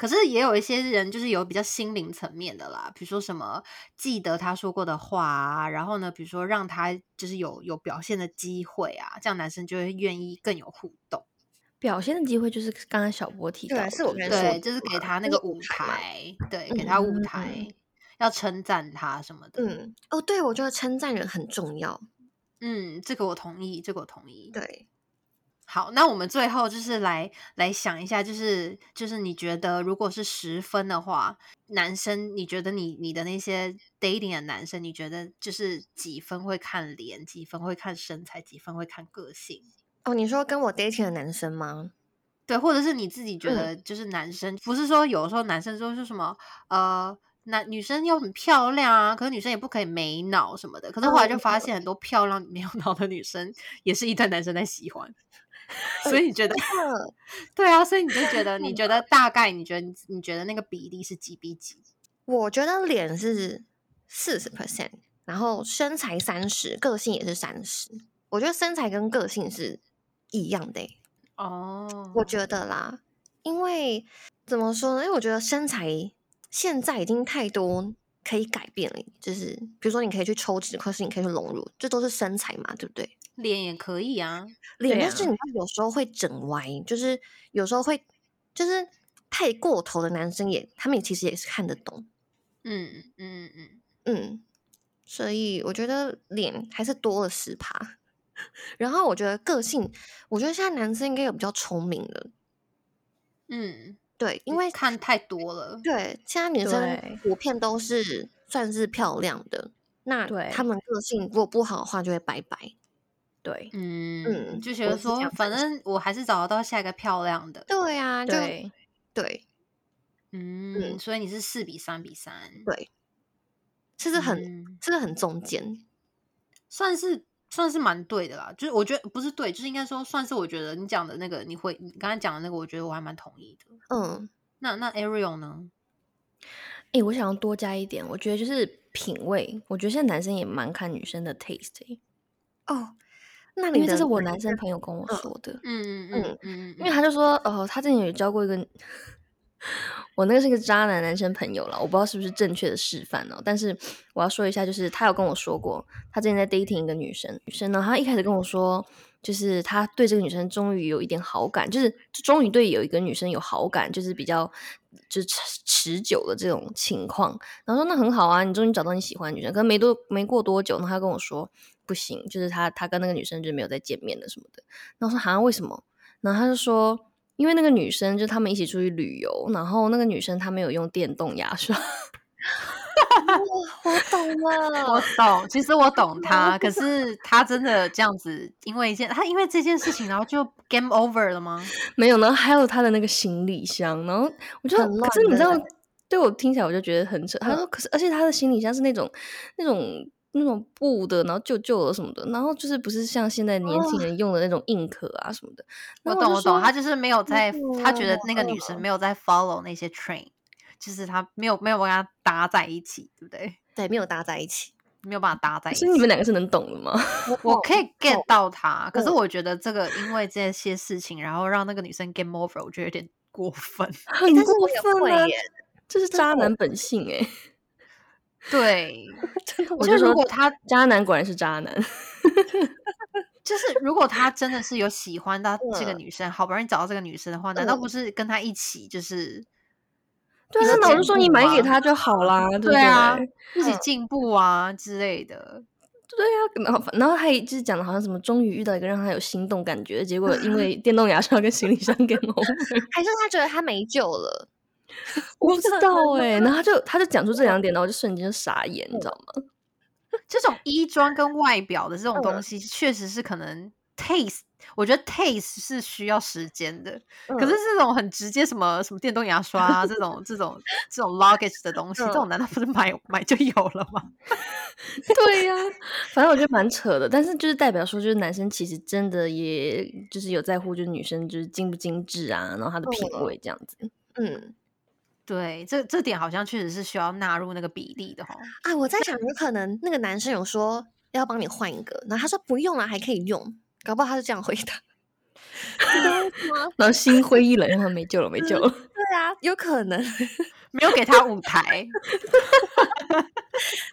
Speaker 2: 可是也有一些人就是有比较心灵层面的啦，比如说什么记得他说过的话啊，然后呢，比如说让他就是有有表现的机会啊，这样男生就会愿意更有互动。
Speaker 3: 表现的机会就是刚刚小波提到
Speaker 1: 对
Speaker 3: 的，
Speaker 1: 是我
Speaker 3: 不
Speaker 1: 跟你说
Speaker 2: 对，
Speaker 1: 的
Speaker 2: 就是给
Speaker 1: 嘛
Speaker 2: 他那
Speaker 1: 就是
Speaker 2: 个舞
Speaker 1: 舞台嘛
Speaker 2: 台，对，给他舞
Speaker 3: 嗯
Speaker 2: 台，要称赞他什么的。
Speaker 1: 嗯，哦，对，我觉得称赞人很重要，
Speaker 2: 嗯，这个我同意，这个我同意。
Speaker 1: 对，
Speaker 2: 好，那我们最后就是来来想一下，就是就是你觉得如果是十分的话，男生你觉得你你的那些 dating 的男生，你觉得就是几分会看脸，几分会看身材，几分会看个性？
Speaker 1: 哦，你说跟我 dating 的男生吗？
Speaker 2: 对，或者是你自己觉
Speaker 1: 嗯
Speaker 2: 得就是男生，不是说有时候男生说是什么呃。男女生要很漂亮啊，可是女生也不可以没脑什么的。可是后
Speaker 1: 哦
Speaker 2: 来就发现很多漂亮没有脑的女生，也是一堆男生在喜欢。 所以你觉得
Speaker 1: 呃，
Speaker 2: 对啊，所以你就觉得， 你觉得大概，你觉得你觉得那个比例是几比几？
Speaker 1: 我觉得脸是四十 percent，然后身材三十，个性也是三十。我觉得身材跟个性是一样的欸、
Speaker 2: 哦
Speaker 1: 我觉得啦，因为怎么说呢？因为我觉得身材现在已经太多可以改变了，就是比如说你可以去抽脂，或是你可以去隆乳，这都是身材嘛，对不对？
Speaker 2: 脸也可以啊，
Speaker 1: 脸，
Speaker 3: 对
Speaker 1: 但是
Speaker 3: 啊
Speaker 1: 你知道有时候会整歪，就是有时候会就是太过头的男生也，他们也其实也是看得懂，
Speaker 2: 嗯嗯嗯，
Speaker 1: 嗯，所以我觉得脸还是多了十趴。然后我觉得个性，我觉得现在男生应该有比较聪明的，
Speaker 2: 嗯，
Speaker 1: 对，因
Speaker 2: 嗯
Speaker 1: 为
Speaker 2: 看太多了，
Speaker 1: 对现在女生
Speaker 3: 对
Speaker 1: 普遍都是算是漂亮的，那她
Speaker 3: 对
Speaker 1: 们个性如果不好的话，就会拜拜。
Speaker 3: 对
Speaker 2: 嗯
Speaker 1: 嗯
Speaker 2: 就觉
Speaker 1: 我
Speaker 2: 得
Speaker 1: 是这
Speaker 2: 说，
Speaker 1: 样
Speaker 2: 反
Speaker 1: 分析
Speaker 2: 正我还是找得到下一个漂亮的，
Speaker 1: 对啊，就
Speaker 3: 对，
Speaker 1: 对，
Speaker 2: 嗯，所以你是四比三比三，
Speaker 1: 对是不是很、
Speaker 2: 嗯
Speaker 1: 是不是很中间？
Speaker 2: 算是算是蛮对的啦，就是我觉得不是对，就是应该说算是我觉得你讲的那个，你会你刚才讲的那个，我觉得我还蛮同意的。
Speaker 1: 嗯，
Speaker 2: 那那 Ariel 呢？
Speaker 3: 哎、我想要多加一点，我觉得就是品味，我觉得现在男生也蛮看女生的 taste，、欸、
Speaker 1: 哦，那
Speaker 3: 因
Speaker 1: 你
Speaker 3: 为这
Speaker 1: 的
Speaker 3: 是我
Speaker 1: 哪一
Speaker 3: 男生
Speaker 1: 个
Speaker 3: 朋友跟我
Speaker 1: 嗯
Speaker 3: 说的，
Speaker 2: 嗯嗯
Speaker 1: 嗯
Speaker 2: 嗯嗯，
Speaker 3: 因为他就说，哦，他之前有交过一个，我那个是一个渣男男生朋友了，我不知道是不是正确的示范哦，但是我要说一下，就是他有跟我说过，他之前在 dating 一个女生，女生呢，她一开始跟我说，就是他对这个女生终于有一点好感，就是终于对有一个女生有好感，就是比较就是持持久的这种情况，然后说那很好啊，你终于找到你喜欢的女生，可是没多没过多久，然后他跟我说。不行，就是他，他跟那个女生就没有再见面了什么的。然后我说好像为什么？然后他就说，因为那个女生就他们一起出去旅游，然后那个女生她没有用电动牙刷，
Speaker 1: 我懂了，
Speaker 2: 我懂，其实我 懂他，可是他真的这样子，因为一件他因为这件事情，然后就 game over 了吗？
Speaker 3: 没有，然后还有她的那个行李箱，然后我就，
Speaker 1: 很
Speaker 3: 可是
Speaker 1: 乱
Speaker 3: 你知
Speaker 1: 对
Speaker 3: 道
Speaker 1: 不，
Speaker 3: 对我听起来我就觉得很扯。他说，可是而且他的行李箱是那种那种那种布的，然后旧旧的什么的，然后就是不是像现在年轻人用的那种硬壳啊什么的。
Speaker 2: 我
Speaker 3: 然后
Speaker 2: 懂，
Speaker 3: 就
Speaker 2: 我懂，
Speaker 3: 说
Speaker 2: 他就是没有在，他觉得
Speaker 1: 我
Speaker 2: 那个女生没有在 follow 那些 train，就是他没有没有跟他搭在一起，对不对？
Speaker 1: 对，没有搭在一起。哦
Speaker 2: 没有把他搭在一起
Speaker 3: 所以。你们两哦个是能懂的吗？
Speaker 2: 我
Speaker 1: 懂
Speaker 2: 可以 get 到他，可
Speaker 3: 哦
Speaker 2: 是
Speaker 1: 嗯
Speaker 2: 我觉得这个因为这些事情，然后让那个女生 game over，我觉得有点过 分。
Speaker 3: 很
Speaker 1: 但是
Speaker 3: 过
Speaker 1: 我也
Speaker 3: 分啊
Speaker 1: 会耶！
Speaker 3: 这是渣男本性哎、
Speaker 2: 对，
Speaker 1: 真的，
Speaker 3: 我
Speaker 2: 觉得
Speaker 3: 就
Speaker 2: 如
Speaker 3: 说
Speaker 2: 果他
Speaker 3: 渣男果然是渣男，
Speaker 2: 就是如果他真的是有喜欢到这个
Speaker 1: 嗯
Speaker 2: 女生，好不容易找到这个女生的话，难道
Speaker 1: 嗯
Speaker 2: 不是跟他一起就是
Speaker 3: 对啊，
Speaker 2: 是
Speaker 3: 那
Speaker 2: 进
Speaker 3: 我就说
Speaker 2: 步
Speaker 3: 你买
Speaker 2: 吗
Speaker 3: 给他就好啦，对不
Speaker 2: 对啊，一起
Speaker 1: 嗯
Speaker 2: 进步啊之类的？
Speaker 3: 对啊，然后然后他也就是讲的好像什么终于遇到一个让他有心动感觉，结果因 为电动牙刷跟行李箱给 我，
Speaker 1: 还是他觉得他没救了？
Speaker 3: 我不知道哎、然后他就他就讲出这两点，然后我就瞬间就傻眼，你知道吗？
Speaker 2: 这种衣装跟外表的这种东
Speaker 1: 嗯
Speaker 2: 西，确实是可能 taste，我觉得 taste 是需要时间的。可
Speaker 1: 嗯
Speaker 2: 是这种很直接，什么什么电动牙刷啊，这种这种这种 luggage 的东西，这
Speaker 1: 嗯
Speaker 2: 种难道不是买买就有了吗？
Speaker 3: 对呀、 反正我觉得蛮扯的，但是就是代表说，就是男生其实真的也就是有在乎，就是女生就是精不精致啊，然后她的品
Speaker 1: 嗯
Speaker 3: 味这样子。
Speaker 1: 嗯
Speaker 2: 对，这这点好像确实是需要纳入那个比例的哈。哦
Speaker 1: 啊，我在想，有可能那个男生有说要帮你换一个，然后他说不用啊了，还可以用，搞不好他是这样回 答。你懂我意思吗
Speaker 3: 然后心灰意冷，然后没救了，没救 了。
Speaker 1: 对啊，有可能，
Speaker 2: 没有给他舞台，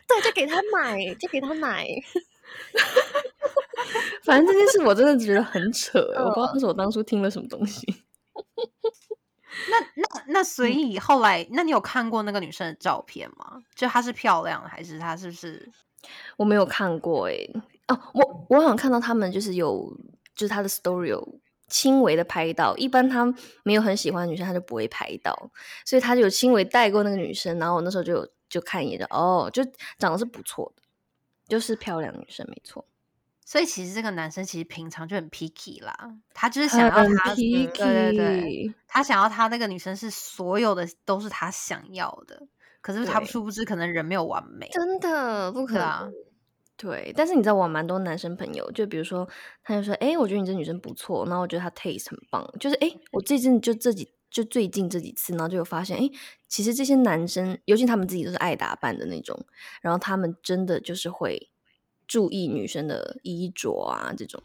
Speaker 1: 对，就给他买，就给他买。
Speaker 3: 反正这件事我真的觉得很扯、欸我不知道那是我当初听了什么东西。
Speaker 2: 那那那，
Speaker 3: 嗯
Speaker 2: 所以后来，那你有看过那个女生的照片吗？就她是漂亮的，还是她是不是？
Speaker 3: 我没有看过哎、哦，我我好像看到他们就是有，就是他的 story 有轻微的拍到，一般他没有很喜欢的女生，他就不会拍到，所以他就有轻微带过那个女生，然后我那时候就有就看一眼就哦，就长得是不错的，就是漂亮女生没错，
Speaker 2: 所以其实这个男生其实平常就很 picky 啦，他就是
Speaker 3: 呃
Speaker 2: 想要
Speaker 3: 嗯
Speaker 2: 他，对对对，他想要他那个女生是所有的都是他想要的，可是他
Speaker 3: 对
Speaker 2: 殊不知可能人没有完美，
Speaker 1: 真的不可
Speaker 2: 对
Speaker 1: 能。
Speaker 2: 啊，
Speaker 3: 对，但是你知道我蛮多男生朋友，就比如说，他就说，哎、我觉得你这女生不错，然后我觉得她 taste 很棒，就是哎、诶我最近就这几就最近这几次，然后就有发现，哎、其实这些男生，尤其他们自己都是爱打扮的那种，然后他们真的就是会注意女生的衣着啊这种，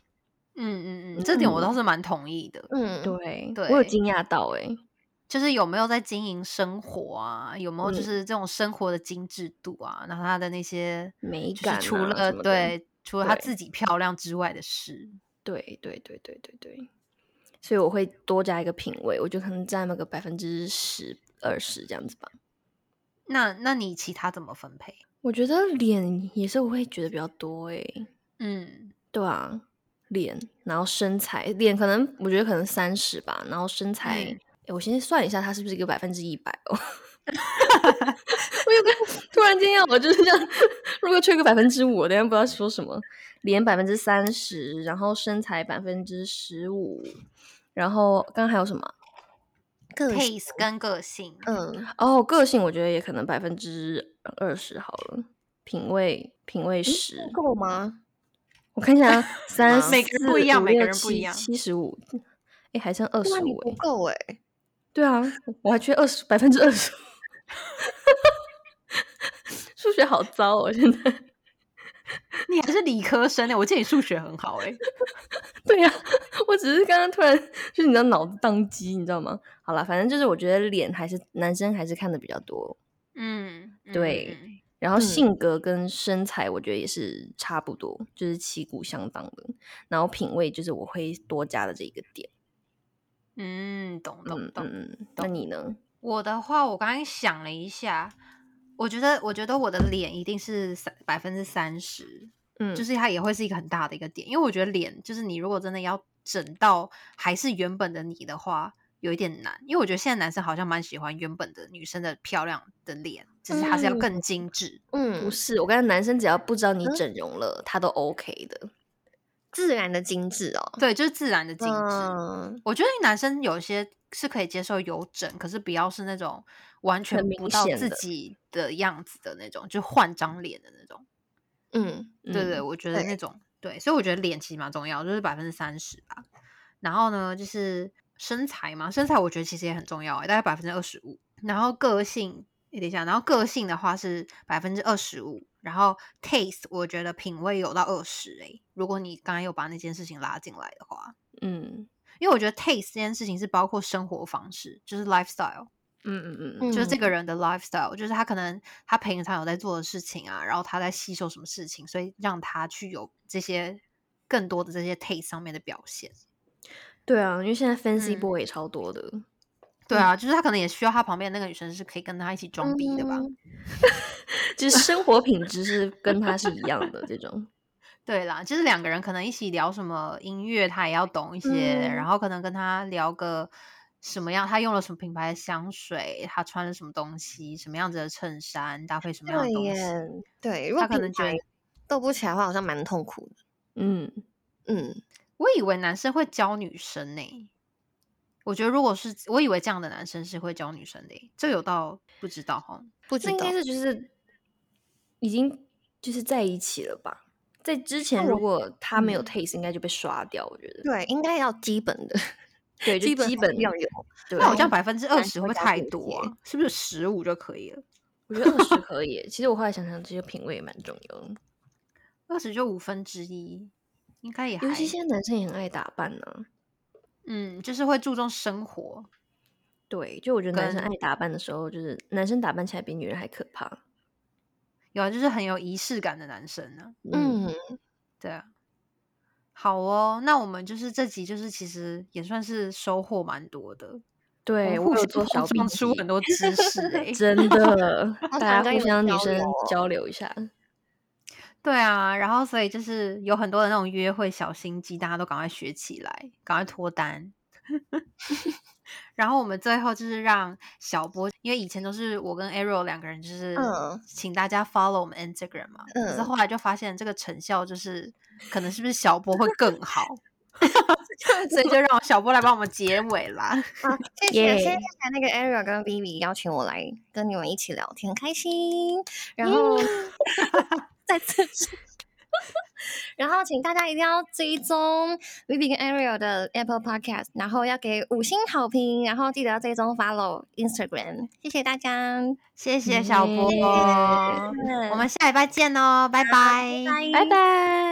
Speaker 2: 嗯嗯嗯，这点我
Speaker 3: 嗯
Speaker 2: 倒是蛮同意的，
Speaker 1: 嗯，
Speaker 3: 对我有
Speaker 2: 对
Speaker 3: 惊讶到哎、诶
Speaker 2: 就是有没有在经营生活啊，有没有就
Speaker 3: 嗯
Speaker 2: 是这种生活的精致度啊，然后他的那些
Speaker 3: 美
Speaker 2: 就是
Speaker 3: 感
Speaker 2: 除
Speaker 3: 啊
Speaker 2: 了
Speaker 3: 什么的
Speaker 2: 对除了他
Speaker 3: 对
Speaker 2: 自己漂亮之外的事，
Speaker 3: 对对对对对对，所以我会多加一个品味，我就可能占那个百分之十二十这样子吧。
Speaker 2: 那那你其他怎么分配？
Speaker 3: 我觉得脸也是我会觉得比较多诶、
Speaker 2: 嗯，
Speaker 3: 对啊，脸，然后身材，脸可能我觉得可能三十吧，然后身材，
Speaker 2: 嗯
Speaker 3: 诶我先算一下它是不是一个百分之一百哦。 我有个突然间要我就是这样，如果缺个百分之五，我等一下不知道说什么。脸百分之三十，然后身材百分之十五，然后刚刚还有什么啊？
Speaker 1: 个性，
Speaker 2: taste 跟个性，
Speaker 1: 嗯，
Speaker 3: 哦，个性我觉得也可能百分之二十好了，品味品味十、
Speaker 1: 够吗？
Speaker 3: 我看一下 啊，三
Speaker 1: 好
Speaker 3: 四
Speaker 2: 每个人不一样每个人不一样
Speaker 3: 七十五，哎，还剩二十
Speaker 1: 那你
Speaker 3: 五
Speaker 1: 不
Speaker 2: 欸
Speaker 3: 哎，
Speaker 1: 够哎、
Speaker 3: 对啊，我我还缺二十百分之二十， 数学好糟哦，现在，
Speaker 2: 你还是理科生欸呢、我记得你数学很好哎、
Speaker 3: 对呀、我只是刚刚突然就是你知道脑子宕机，你知道吗？好啦，反正就是我觉得脸还是男生还是看的比较多，
Speaker 2: 嗯，嗯
Speaker 3: 对
Speaker 2: 嗯
Speaker 3: 然后
Speaker 1: 嗯
Speaker 3: 性格跟身材我觉得也是差不多，就是旗鼓相当的，然后品味就是我会多加的这一个点，
Speaker 2: 嗯，懂懂
Speaker 3: 嗯
Speaker 2: 懂。
Speaker 3: 嗯嗯，那你呢？
Speaker 2: 我的话，我刚刚想了一下，我觉得，我觉得我的脸一定是三百分之三十，
Speaker 3: 嗯，
Speaker 2: 就是它也会是一个很大的一个点，因为我觉得脸，就是你如果真的要整到还是原本的你的话，有一点难，因为我觉得现在男生好像蛮喜欢原本的女生的漂亮的脸，只是它是要
Speaker 1: 嗯
Speaker 2: 更精致。
Speaker 1: 嗯
Speaker 3: 不，是，我感觉男生只要不知道你
Speaker 1: 嗯
Speaker 3: 整容了，他都 OK 的。
Speaker 1: 自然的精致哦，
Speaker 2: 对，就是自然的精致。
Speaker 1: 嗯
Speaker 2: 我觉得男生有些是可以接受有整，可是不要是那种完全
Speaker 3: 很明
Speaker 2: 不到
Speaker 3: 显
Speaker 2: 自
Speaker 3: 的
Speaker 2: 己的样子的那种，就换张脸的那种。
Speaker 1: 嗯
Speaker 2: 对对，
Speaker 3: 嗯，
Speaker 2: 我觉得那种对，所以我觉得脸其实蛮重要，就是百分之三十吧。然后呢，就是身材嘛，身材我觉得其实也很重要、欸，大概百分之二十五。然后个性，欸等一下，然后个性的话是百分之二十五，然后 taste 我觉得品味有到二十哎，如果你刚刚有把那件事情拉进来的话，
Speaker 3: 嗯
Speaker 2: 因为我觉得 taste 这件事情是包括生活方式，就是 lifestyle。
Speaker 3: 嗯嗯嗯，
Speaker 2: 就是这个
Speaker 1: 嗯
Speaker 2: 人的 lifestyle，就是他可能他平常有在做的事情啊，然后他在吸收什么事情，所以让他去有这些更多的这些 taste 上面的表现。
Speaker 3: 对啊，因为现在 fancy
Speaker 2: 嗯
Speaker 3: boy 也超多的，
Speaker 2: 对
Speaker 1: 嗯
Speaker 2: 啊，就是他可能也需要他旁边那个女生是可以跟他一起装逼的吧？
Speaker 1: 嗯
Speaker 3: 就是生活品质是跟他是一样的这种。
Speaker 2: 对啦，就是两个人可能一起聊什么音乐，他也要懂一些，
Speaker 1: 嗯
Speaker 2: 然后可能跟他聊个什么样，他用了什么品牌的香水，他穿了什么东西，什么样子的衬衫搭配什么样的
Speaker 1: 对
Speaker 2: 东西，
Speaker 1: 耶，对，如
Speaker 2: 他
Speaker 1: 果
Speaker 2: 可能觉得。
Speaker 1: 斗不起来的话，好像蛮痛苦的。
Speaker 3: 嗯，
Speaker 1: 嗯，
Speaker 2: 我以为男生会教女生呢、我觉得如果是我以为这样的男生是会教女生的耶、这有到不知道哈。
Speaker 1: 不
Speaker 3: 这
Speaker 1: 知
Speaker 3: 应
Speaker 1: 道
Speaker 3: 该。是就是已经就是在一起了吧？在之前
Speaker 1: 我
Speaker 3: 如果他没有
Speaker 2: 嗯
Speaker 3: taste，应该就被刷掉，我觉得。
Speaker 1: 对，应该要基本的，
Speaker 3: 对，就
Speaker 1: 基本
Speaker 3: 基
Speaker 1: 还
Speaker 3: 本
Speaker 1: 是要有。
Speaker 3: 对，
Speaker 2: 那我这样
Speaker 1: 白
Speaker 2: 百分之二
Speaker 1: 男
Speaker 2: 十
Speaker 1: 生
Speaker 2: 会不
Speaker 1: 会
Speaker 2: 会
Speaker 1: 教
Speaker 2: 太
Speaker 1: 女
Speaker 2: 多
Speaker 1: 生
Speaker 2: 啊？是不是十五就可以了？
Speaker 3: 我觉得二十可以耶。其实我后来想想，这些品味也蛮重要的，
Speaker 2: 二十就五分之一，应该也还
Speaker 3: 尤其现在男生也很爱打扮呢、
Speaker 2: 嗯，就是会注重生活。
Speaker 3: 对，就我觉得男生
Speaker 2: 跟
Speaker 3: 爱打扮的时候，就是男生打扮起来比女人还可怕。
Speaker 2: 有啊，就是很有仪式感的男生呢、
Speaker 3: 嗯，
Speaker 1: 嗯，
Speaker 2: 对啊，好哦，那我们就是这集就是其实也算是收获蛮多的，我
Speaker 3: 对
Speaker 2: 们
Speaker 3: 我
Speaker 2: 互
Speaker 3: 有
Speaker 2: 相
Speaker 3: 做小笔
Speaker 2: 撞
Speaker 3: 记
Speaker 2: 出，很多知识 哎诶、
Speaker 3: 真 的
Speaker 1: 好，想
Speaker 3: 大家
Speaker 1: 跟
Speaker 3: 互
Speaker 1: 你们
Speaker 3: 相女
Speaker 1: 交
Speaker 3: 生
Speaker 1: 流哦
Speaker 3: 交流一下。
Speaker 2: 对啊，然后所以就是有很多的那种约会小心机，大家都赶快学起来，赶快脱单。 然后我们最后就是让小波，因为以前都是我跟 Ariel 两个人，就是
Speaker 1: 嗯
Speaker 2: 请大家 follow 我们 Instagram 嘛。可是
Speaker 1: 嗯
Speaker 2: 后来就发现这个成效就是，可能是不是小波会更好，所以就让小波来帮我们结尾啦。
Speaker 1: 好，谢谢，谢
Speaker 3: 耶
Speaker 1: 谢那个 Ariel 跟 Vivi 邀请我来跟你们一起聊天，很开心。然后 再次， 然后请大家一定要追踪 Vivi 跟 Ariel 的 Apple Podcast，然后要给五星好评，然后记得要追踪 follow Instagram。谢谢大家，嗯
Speaker 2: 谢谢小波，
Speaker 3: 耶
Speaker 2: 我们下礼拜见哦，拜拜，
Speaker 1: 拜
Speaker 3: 拜拜。